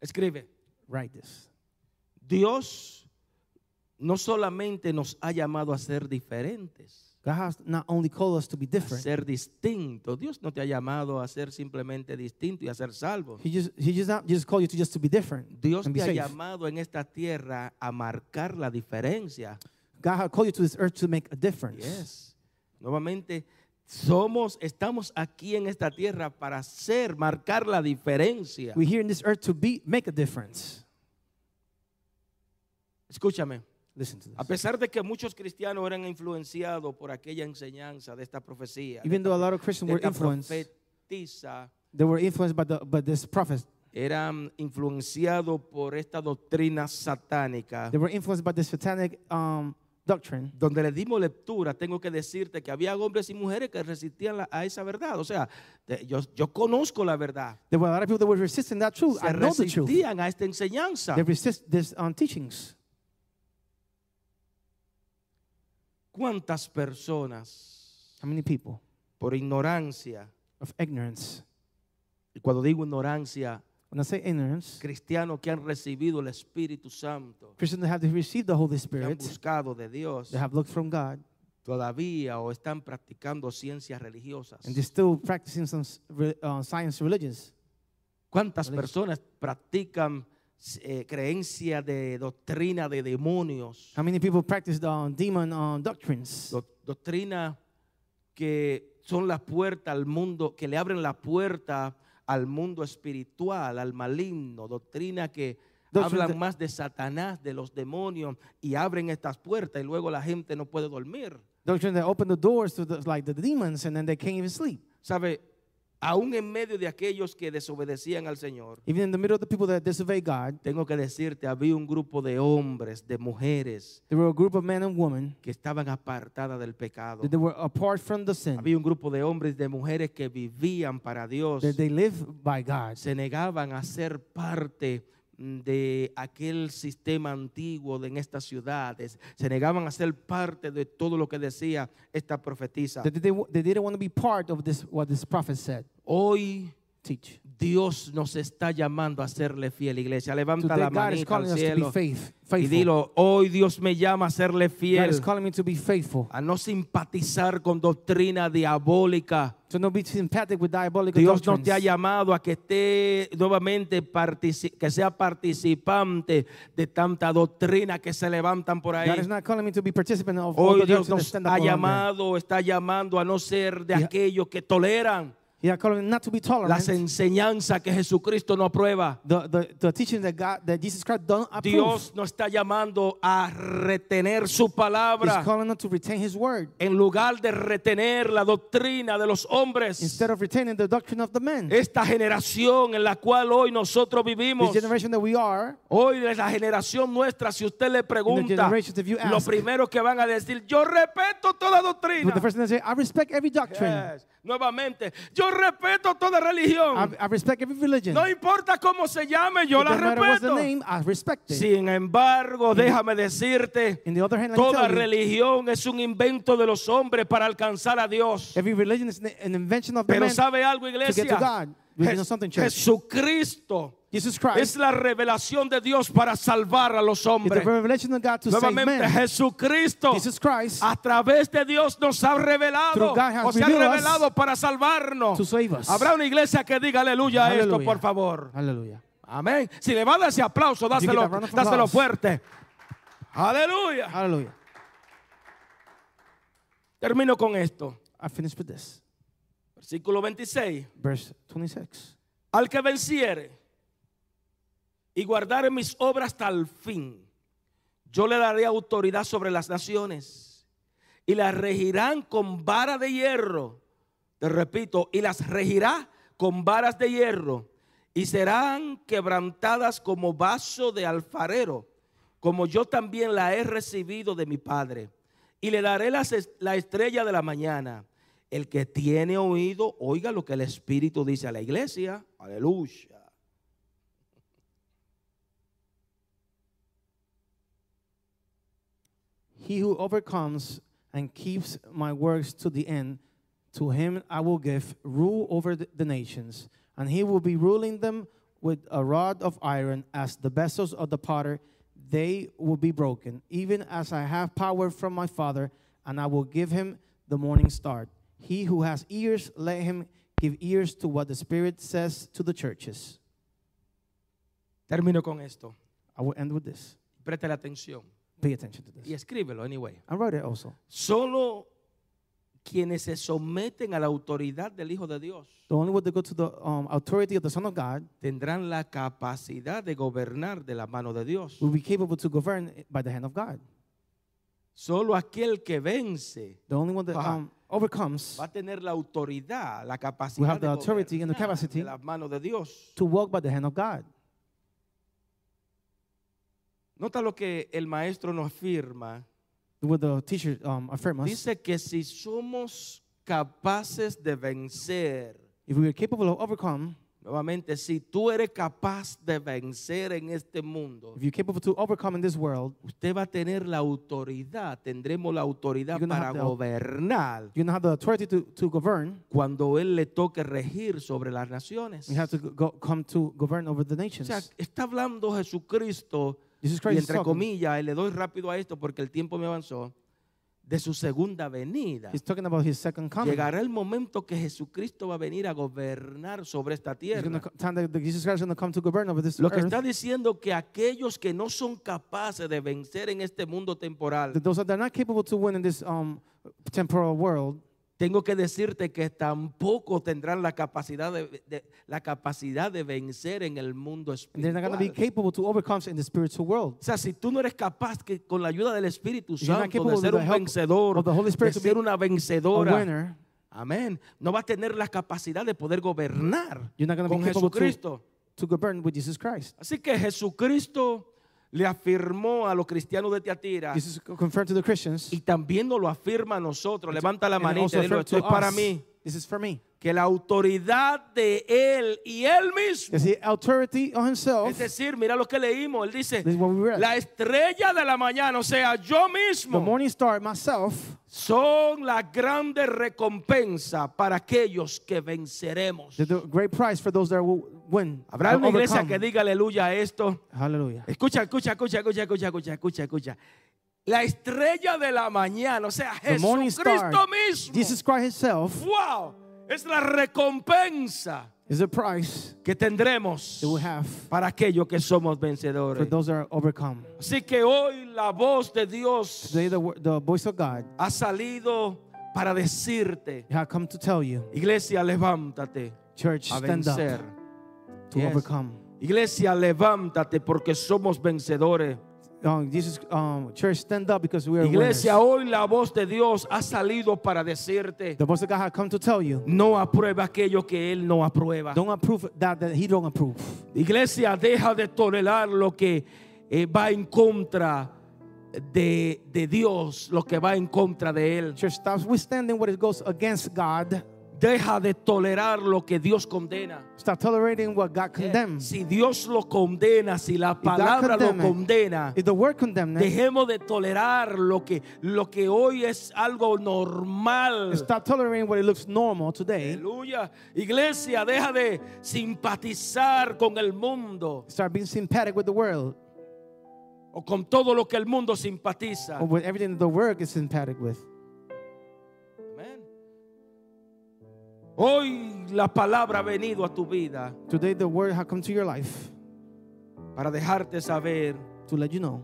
Speaker 1: Escribe.
Speaker 2: Write this.
Speaker 1: Dios no solamente nos ha llamado a ser diferentes,
Speaker 2: God has not only called us to be
Speaker 1: a
Speaker 2: different,
Speaker 1: ser distintos. Dios no te ha llamado a ser simplemente distinto y a ser salvo.
Speaker 2: He just He just not just called you to just to be different.
Speaker 1: Dios
Speaker 2: and be
Speaker 1: te ha
Speaker 2: safe.
Speaker 1: llamado en esta tierra a marcar la diferencia.
Speaker 2: God has called you to this earth to make a difference.
Speaker 1: Yes. Nuevamente, somos, estamos aquí en esta tierra para hacer, marcar la diferencia.
Speaker 2: We're here in this earth to be make a difference.
Speaker 1: Escúchame.
Speaker 2: Listen to this.
Speaker 1: A pesar de que muchos cristianos eran influenciados por aquella enseñanza de esta profecía, de
Speaker 2: Even though a lot of Christians were
Speaker 1: esta
Speaker 2: influenced,
Speaker 1: profetiza,
Speaker 2: they were influenced by the by this prophet.
Speaker 1: eran influenciados por esta doctrina satánica.
Speaker 2: They were influenced by the satanic um, doctrine.
Speaker 1: Donde le dimos lectura, tengo que decirte que había hombres y mujeres que resistían la- a esa verdad. O sea, te- yo, yo conozco la verdad.
Speaker 2: There were a lot of people that were resisting that truth.
Speaker 1: Se
Speaker 2: I know the truth.
Speaker 1: resistían a esta enseñanza.
Speaker 2: They resist this um, teachings.
Speaker 1: ¿Cuántas personas
Speaker 2: How many people
Speaker 1: por ignorancia,
Speaker 2: of ignorance?
Speaker 1: y cuando digo ignorancia,
Speaker 2: When I say ignorance,
Speaker 1: cristianos que han recibido el Espíritu Santo,
Speaker 2: Christians that have received the Holy
Speaker 1: que han
Speaker 2: Spirit,
Speaker 1: buscado de Dios,
Speaker 2: they have looked from God,
Speaker 1: todavía o están practicando ciencias religiosas?
Speaker 2: and they're still practicing some s- re- uh, science religions.
Speaker 1: ¿Cuántas
Speaker 2: Alex.
Speaker 1: personas practican eh, creencia de doctrina de demonios?
Speaker 2: How many people practice the um, demon um, doctrines?
Speaker 1: Do- doctrina que son la puerta al mundo, que le abren la puerta al mundo espiritual, al maligno, doctrina que
Speaker 2: Doctrina de-
Speaker 1: hablan más de Satanás, de los demonios, y abren estas puertas y luego la gente no puede dormir.
Speaker 2: Doctrine that open the doors to the, like the demons, and then they can't even sleep.
Speaker 1: ¿Sabe? Aún en medio de aquellos que desobedecían al Señor,
Speaker 2: Even in the middle of the people that disobey God,
Speaker 1: tengo que decirte, había un grupo de hombres, de mujeres,
Speaker 2: there were a group of men and women
Speaker 1: que estaban apartadas del pecado.
Speaker 2: that they were apart from the sin,
Speaker 1: Había un grupo de hombres y de mujeres que vivían para Dios.
Speaker 2: that they live by God.
Speaker 1: Se negaban a ser parte mm, de aquel sistema antiguo de en estas ciudades. Se negaban a ser parte de todo lo que decía esta profetisa.
Speaker 2: That they, they didn't want to be part of this what this prophet said.
Speaker 1: Hoy
Speaker 2: Teach.
Speaker 1: Dios nos está llamando a serle fiel, iglesia. Levanta
Speaker 2: Today
Speaker 1: la
Speaker 2: God is
Speaker 1: manita al
Speaker 2: calling us to be
Speaker 1: cielo
Speaker 2: faith,
Speaker 1: y
Speaker 2: faithful.
Speaker 1: dilo, hoy Dios me llama a serle
Speaker 2: God is
Speaker 1: fiel,
Speaker 2: calling me to be faithful.
Speaker 1: a no simpatizar con doctrina diabólica.
Speaker 2: To not be sympathetic with diabolical
Speaker 1: Dios no
Speaker 2: doctrines.
Speaker 1: te ha llamado a que esté nuevamente partici- que sea participante de tanta doctrina que se levantan por
Speaker 2: God
Speaker 1: ahí.
Speaker 2: is not calling me to be participant of all
Speaker 1: Hoy
Speaker 2: the
Speaker 1: Oh, Dios
Speaker 2: doctrines that
Speaker 1: nos
Speaker 2: stand
Speaker 1: ha
Speaker 2: up around them.
Speaker 1: llamado, está llamando a no ser de
Speaker 2: Yeah.
Speaker 1: aquellos que toleran
Speaker 2: He is calling me not to be tolerant.
Speaker 1: las enseñanzas que Jesucristo no aprueba.
Speaker 2: The, the, the teachings that God that Jesus Christ don't approve.
Speaker 1: Dios nos está llamando a retener su palabra
Speaker 2: He's calling us to retain His word
Speaker 1: en lugar de retener la doctrina de los hombres.
Speaker 2: instead of retaining the doctrine of the men.
Speaker 1: Esta generación en la cual hoy nosotros
Speaker 2: This
Speaker 1: vivimos.
Speaker 2: generation that we are,
Speaker 1: Hoy de la generación nuestra, si usted le pregunta,
Speaker 2: generations, if you
Speaker 1: lo
Speaker 2: ask.
Speaker 1: primero que van a decir, yo respeto toda
Speaker 2: the
Speaker 1: doctrina.
Speaker 2: first thing they say, I respect every doctrine.
Speaker 1: Yes. Nuevamente, yo Yo respeto toda
Speaker 2: I,
Speaker 1: religión.
Speaker 2: I respect every religion.
Speaker 1: No importa cómo se llame, yo
Speaker 2: It
Speaker 1: la
Speaker 2: doesn't matter what's the
Speaker 1: respeto.
Speaker 2: name, I respect it.
Speaker 1: Sin embargo, déjame decirte,
Speaker 2: In the other hand, let me
Speaker 1: toda
Speaker 2: tell you,
Speaker 1: religión es un invento de los hombres para alcanzar a Dios.
Speaker 2: every religion is an invention of the
Speaker 1: Pero
Speaker 2: man.
Speaker 1: sabe algo,
Speaker 2: to
Speaker 1: iglesia.
Speaker 2: God. We
Speaker 1: Je-
Speaker 2: know something, church.
Speaker 1: Jesucristo
Speaker 2: Jesus
Speaker 1: es
Speaker 2: Christ
Speaker 1: la revelación de Dios para salvar a los
Speaker 2: is the
Speaker 1: hombres.
Speaker 2: revelation of God to save
Speaker 1: Nuevamente, Ah.
Speaker 2: men.
Speaker 1: Jesucristo
Speaker 2: Jesus Christ
Speaker 1: a través de Dios nos ha revelado
Speaker 2: Through God has
Speaker 1: o se ha
Speaker 2: revealed us
Speaker 1: revelado para salvarnos.
Speaker 2: to save us.
Speaker 1: Habrá una iglesia que diga aleluya a esto,
Speaker 2: Hallelujah.
Speaker 1: por favor.
Speaker 2: Hallelujah.
Speaker 1: Amén. Si le va a dar ese aplauso,
Speaker 2: give
Speaker 1: dáselo,
Speaker 2: a round of
Speaker 1: dáselo
Speaker 2: applause?
Speaker 1: fuerte. Aleluya.
Speaker 2: Hallelujah.
Speaker 1: Termino con esto.
Speaker 2: I finished with this.
Speaker 1: Versículo 26.
Speaker 2: Verse 26.
Speaker 1: Al que venciere y guardare mis obras hasta el fin, yo le daré autoridad sobre las naciones y las regirán con vara de hierro. Te repito, y las regirá con varas de hierro y serán quebrantadas como vaso de alfarero, como yo también la he recibido de mi padre. Y le daré las es- la estrella de la mañana. El que tiene oído, oiga lo que el Espíritu dice a la iglesia. Aleluya.
Speaker 2: He who overcomes and keeps my works to the end, to him I will give rule over the the nations, and he will be ruling them with a rod of iron, as the vessels of the potter, they will be broken, even as I have power from my Father, and I will give him the morning star. He who has ears, let him give ears to what the Spirit says to the churches.
Speaker 1: Termino con esto.
Speaker 2: I will end with this.
Speaker 1: Preste la atención
Speaker 2: Pay attention to
Speaker 1: y
Speaker 2: this.
Speaker 1: escríbelo anyway.
Speaker 2: I wrote it also.
Speaker 1: Solo quienes se someten a la autoridad del Hijo de Dios
Speaker 2: The only way to go to the um, authority of the Son of God
Speaker 1: tendrán la capacidad de gobernar de la mano de Dios.
Speaker 2: will be capable to govern by the hand of God.
Speaker 1: Solo aquel que vence
Speaker 2: The only one that
Speaker 1: Ajá.
Speaker 2: um, overcomes
Speaker 1: va a tener la autoridad, la
Speaker 2: will
Speaker 1: capacidad
Speaker 2: have
Speaker 1: de
Speaker 2: the authority and the
Speaker 1: gobernar
Speaker 2: capacity
Speaker 1: de la mano de Dios.
Speaker 2: to walk by the hand of God.
Speaker 1: Nota lo que el maestro nos afirma.
Speaker 2: What the teacher um, affirm us,
Speaker 1: Dice que si somos capaces de vencer,
Speaker 2: if we are capable of overcome,
Speaker 1: nuevamente, si tú eres capaz de vencer en este mundo,
Speaker 2: if you're capable to overcome in this world,
Speaker 1: usted va a tener la autoridad, tendremos la autoridad
Speaker 2: You're gonna
Speaker 1: para
Speaker 2: have the-
Speaker 1: gobernar
Speaker 2: you're gonna have the authority to, to govern.
Speaker 1: cuando Él le toque regir sobre las naciones.
Speaker 2: You have to go, come to govern over the
Speaker 1: O
Speaker 2: nations.
Speaker 1: sea, está hablando Jesucristo,
Speaker 2: Jesus
Speaker 1: y
Speaker 2: Christ is
Speaker 1: entre
Speaker 2: talking.
Speaker 1: comillas, y le doy rápido a esto porque el tiempo me avanzó, de su segunda venida.
Speaker 2: He's talking about his second coming.
Speaker 1: Llegará el momento que Jesucristo va a venir a gobernar sobre esta
Speaker 2: He's
Speaker 1: tierra.
Speaker 2: gonna co- time that the Jesus Christ is going to come to govern over this
Speaker 1: Lo que
Speaker 2: earth.
Speaker 1: está diciendo que aquellos que no son capaces de vencer en este mundo temporal,
Speaker 2: That those that are not capable to win in this um, temporal world,
Speaker 1: tengo que decirte que tampoco tendrán la capacidad de, de- la capacidad de vencer en el mundo
Speaker 2: they're not going to be
Speaker 1: espiritual.
Speaker 2: capable to overcome in the spiritual world.
Speaker 1: O sea, si tú no eres capaz que con la ayuda del Espíritu
Speaker 2: If you're
Speaker 1: Santo
Speaker 2: not
Speaker 1: de
Speaker 2: capable
Speaker 1: ser un
Speaker 2: with the help
Speaker 1: vencedor,
Speaker 2: of the Holy
Speaker 1: de
Speaker 2: Spirit to
Speaker 1: ser
Speaker 2: be
Speaker 1: una
Speaker 2: a
Speaker 1: vencedora,
Speaker 2: winner,
Speaker 1: amén, no vas a tener la capacidad de poder gobernar
Speaker 2: You're not gonna be
Speaker 1: con
Speaker 2: capable to-
Speaker 1: Jesucristo.
Speaker 2: to govern with Jesus Christ.
Speaker 1: Así que Jesucristo le afirmó a los cristianos de Tiatira
Speaker 2: Jesus confirmed to the Christians.
Speaker 1: Ah. y también nos lo afirma a nosotros. Levanta la
Speaker 2: and
Speaker 1: manita
Speaker 2: also
Speaker 1: y dilo,
Speaker 2: affirmed
Speaker 1: esto es
Speaker 2: to
Speaker 1: para
Speaker 2: us.
Speaker 1: mí.
Speaker 2: This is for me.
Speaker 1: Que la autoridad de Él y Él mismo.
Speaker 2: There's the authority on himself.
Speaker 1: Es decir, mira lo que leímos. Él dice,
Speaker 2: This is what we read.
Speaker 1: la estrella de la mañana, o sea, yo
Speaker 2: The
Speaker 1: mismo,
Speaker 2: morning star, myself,
Speaker 1: son la grande recompensa para aquellos que venceremos.
Speaker 2: the, the great prize for those that will win.
Speaker 1: Habrá
Speaker 2: will
Speaker 1: una iglesia
Speaker 2: overcome.
Speaker 1: que diga aleluya a esto.
Speaker 2: Hallelujah.
Speaker 1: Escucha, escucha, escucha, escucha, escucha, escucha, escucha, escucha. La estrella de la mañana, o sea,
Speaker 2: The morning star,
Speaker 1: Jesucristo mismo.
Speaker 2: Jesus Christ himself,
Speaker 1: Wow, es la recompensa
Speaker 2: is the prize
Speaker 1: que tendremos
Speaker 2: that we have
Speaker 1: para aquellos que somos
Speaker 2: for
Speaker 1: vencedores.
Speaker 2: those that are overcome.
Speaker 1: Así que hoy la voz de Dios
Speaker 2: Today, the, wo- the voice of God
Speaker 1: ha salido para decirte,
Speaker 2: have come to tell you,
Speaker 1: iglesia, levántate
Speaker 2: church,
Speaker 1: a
Speaker 2: stand up
Speaker 1: vencer.
Speaker 2: to
Speaker 1: Yes.
Speaker 2: overcome.
Speaker 1: Iglesia, levántate porque somos vencedores.
Speaker 2: Um, Jesus, um, church, stand up because we are
Speaker 1: Iglesia,
Speaker 2: winners.
Speaker 1: hoy la voz de Dios ha salido para decirte,
Speaker 2: The voice of God has come to tell you.
Speaker 1: no aprueba aquello que Él no aprueba.
Speaker 2: Don't approve that that he don't approve.
Speaker 1: Iglesia, deja de tolerar lo que eh, va en contra de, de Dios, lo que va en contra de Él.
Speaker 2: Church stops withstanding what it goes against God.
Speaker 1: Deja de tolerar lo que Dios condena.
Speaker 2: Stop tolerating what God condemns.
Speaker 1: Si Dios lo condena, si la
Speaker 2: God
Speaker 1: palabra lo
Speaker 2: condemn it.
Speaker 1: condena,
Speaker 2: If the word condemned it,
Speaker 1: dejemos de tolerar lo que, lo que hoy es algo normal.
Speaker 2: stop tolerating what it looks normal today.
Speaker 1: Aleluya. Iglesia, deja de simpatizar con el mundo
Speaker 2: Start being sympathetic with the world
Speaker 1: o con todo lo que el mundo simpatiza.
Speaker 2: or with everything that the world is sympathetic with.
Speaker 1: Amén. Hoy la palabra ha venido a tu vida
Speaker 2: Today, the word has come to your life
Speaker 1: para dejarte saber
Speaker 2: to let you know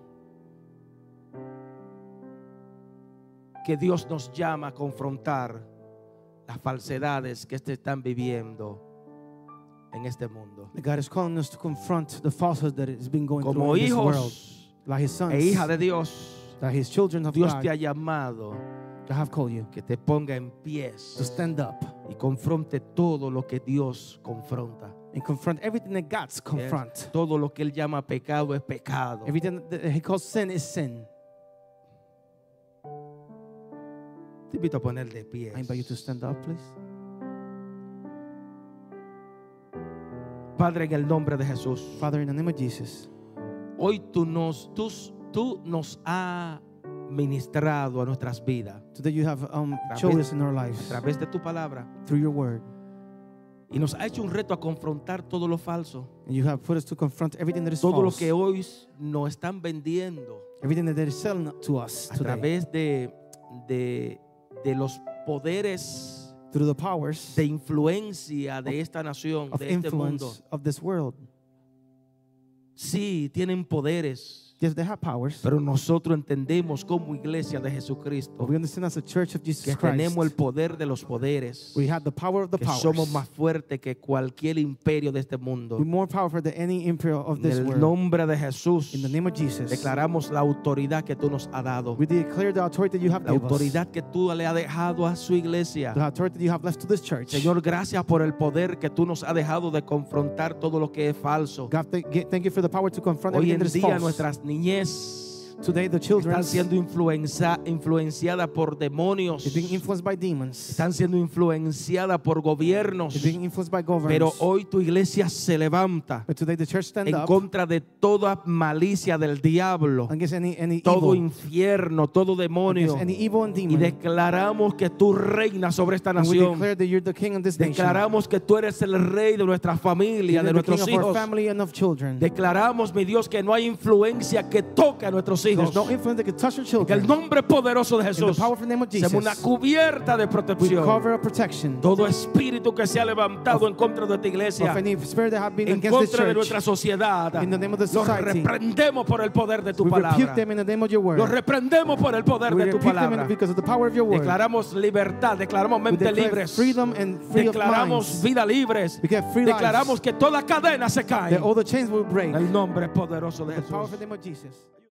Speaker 1: que Dios nos llama a confrontar las falsedades que te están viviendo en este mundo.
Speaker 2: that God is calling us to confront the falsehood that has been going
Speaker 1: Como
Speaker 2: through in this world.
Speaker 1: hijos
Speaker 2: Like his sons,
Speaker 1: e hija de Dios,
Speaker 2: like his children of
Speaker 1: Dios
Speaker 2: God,
Speaker 1: te ha llamado
Speaker 2: that have called you
Speaker 1: que te ponga en
Speaker 2: to
Speaker 1: pies
Speaker 2: stand up
Speaker 1: y confronte todo lo que Dios confronta.
Speaker 2: and confront everything that God's confront.
Speaker 1: Todo lo que él llama pecado es pecado.
Speaker 2: Everything that he calls sin is sin.
Speaker 1: Te invito a poner de pie.
Speaker 2: I invite you to stand up, please.
Speaker 1: Padre, en el nombre de Jesús.
Speaker 2: Father, in the name of Jesus,
Speaker 1: Hoy tú nos, tú, tú nos has ministrado a nuestras vidas
Speaker 2: today you have um,
Speaker 1: Través-
Speaker 2: showed us in our
Speaker 1: a
Speaker 2: lives
Speaker 1: través de tu palabra
Speaker 2: through your word,
Speaker 1: y nos ha hecho un reto a confrontar todo lo falso,
Speaker 2: and you have put us to confront everything that is
Speaker 1: todo lo
Speaker 2: false,
Speaker 1: que hoy nos están vendiendo
Speaker 2: everything that is selling to us
Speaker 1: a
Speaker 2: today,
Speaker 1: través de, de, de los poderes
Speaker 2: through the powers
Speaker 1: de influencia de esta nación,
Speaker 2: of
Speaker 1: de este mundo.
Speaker 2: influence of this world.
Speaker 1: Sí, tienen poderes,
Speaker 2: Yes, they have powers,
Speaker 1: pero nosotros entendemos como iglesia de
Speaker 2: but
Speaker 1: Jesucristo
Speaker 2: we understand as a church of Jesus
Speaker 1: que
Speaker 2: Christ,
Speaker 1: tenemos el poder de los poderes.
Speaker 2: we have the power of the
Speaker 1: que
Speaker 2: powers.
Speaker 1: somos más fuertes que cualquier imperio de este mundo.
Speaker 2: We're more powerful than any imperial of
Speaker 1: En
Speaker 2: this
Speaker 1: el
Speaker 2: world.
Speaker 1: nombre de Jesús,
Speaker 2: in the name of Jesus,
Speaker 1: declaramos la autoridad que tú nos has dado,
Speaker 2: we declare the authority that you have
Speaker 1: la
Speaker 2: given us,
Speaker 1: autoridad que tú le has dejado a su iglesia.
Speaker 2: the authority that you have left to this church.
Speaker 1: Señor, gracias por el poder que tú nos has dejado de confrontar todo lo que es falso.
Speaker 2: God, thank, thank you for the power to confront
Speaker 1: Hoy
Speaker 2: everything
Speaker 1: en
Speaker 2: that is
Speaker 1: día
Speaker 2: false.
Speaker 1: nuestras niñez
Speaker 2: Today, the children
Speaker 1: están siendo influenza- influenciadas por demonios,
Speaker 2: is being influenced by demons.
Speaker 1: están siendo influenciadas por gobiernos,
Speaker 2: Is being influenced by governments.
Speaker 1: pero hoy tu iglesia se levanta.
Speaker 2: but today, the church stand
Speaker 1: en
Speaker 2: up
Speaker 1: contra de toda malicia del diablo,
Speaker 2: against any any
Speaker 1: todo
Speaker 2: evil,
Speaker 1: infierno, todo demonio.
Speaker 2: against any evil and
Speaker 1: Y
Speaker 2: demon.
Speaker 1: declaramos que tú reinas sobre esta
Speaker 2: and we
Speaker 1: nación.
Speaker 2: declare that you're the king of this nation,
Speaker 1: Declaramos que tú eres el rey de nuestra familia,
Speaker 2: you're
Speaker 1: de
Speaker 2: the king
Speaker 1: nuestros
Speaker 2: of our
Speaker 1: hijos.
Speaker 2: family and of children.
Speaker 1: Declaramos, mi Dios, que no hay influencia que toque a nuestros hijos.
Speaker 2: There's no influence that can touch our
Speaker 1: Que el
Speaker 2: children.
Speaker 1: nombre poderoso de Jesús
Speaker 2: powerful name of
Speaker 1: sea una
Speaker 2: Jesus,
Speaker 1: cubierta de
Speaker 2: We
Speaker 1: protección.
Speaker 2: cover our protection
Speaker 1: Todo espíritu que se ha levantado en contra de esta iglesia,
Speaker 2: of any spirit that have been
Speaker 1: en
Speaker 2: against
Speaker 1: contra de
Speaker 2: the
Speaker 1: nuestra
Speaker 2: church.
Speaker 1: sociedad.
Speaker 2: In the name of the
Speaker 1: Los
Speaker 2: society.
Speaker 1: reprendemos por el poder de tu
Speaker 2: We
Speaker 1: palabra.
Speaker 2: rebuke them in the name of your word.
Speaker 1: Los reprendemos por el poder
Speaker 2: we
Speaker 1: de tu
Speaker 2: rebuke them in-
Speaker 1: palabra.
Speaker 2: because of the power of your word.
Speaker 1: Declaramos libertad, declaramos
Speaker 2: we
Speaker 1: mente
Speaker 2: declare
Speaker 1: libres.
Speaker 2: freedom and free of
Speaker 1: Declaramos
Speaker 2: minds.
Speaker 1: vida libres.
Speaker 2: We get free
Speaker 1: Declaramos
Speaker 2: lives.
Speaker 1: que toda cadena se cae.
Speaker 2: That all the chains will break.
Speaker 1: En el nombre poderoso de
Speaker 2: the
Speaker 1: Jesús.
Speaker 2: powerful name of Jesus.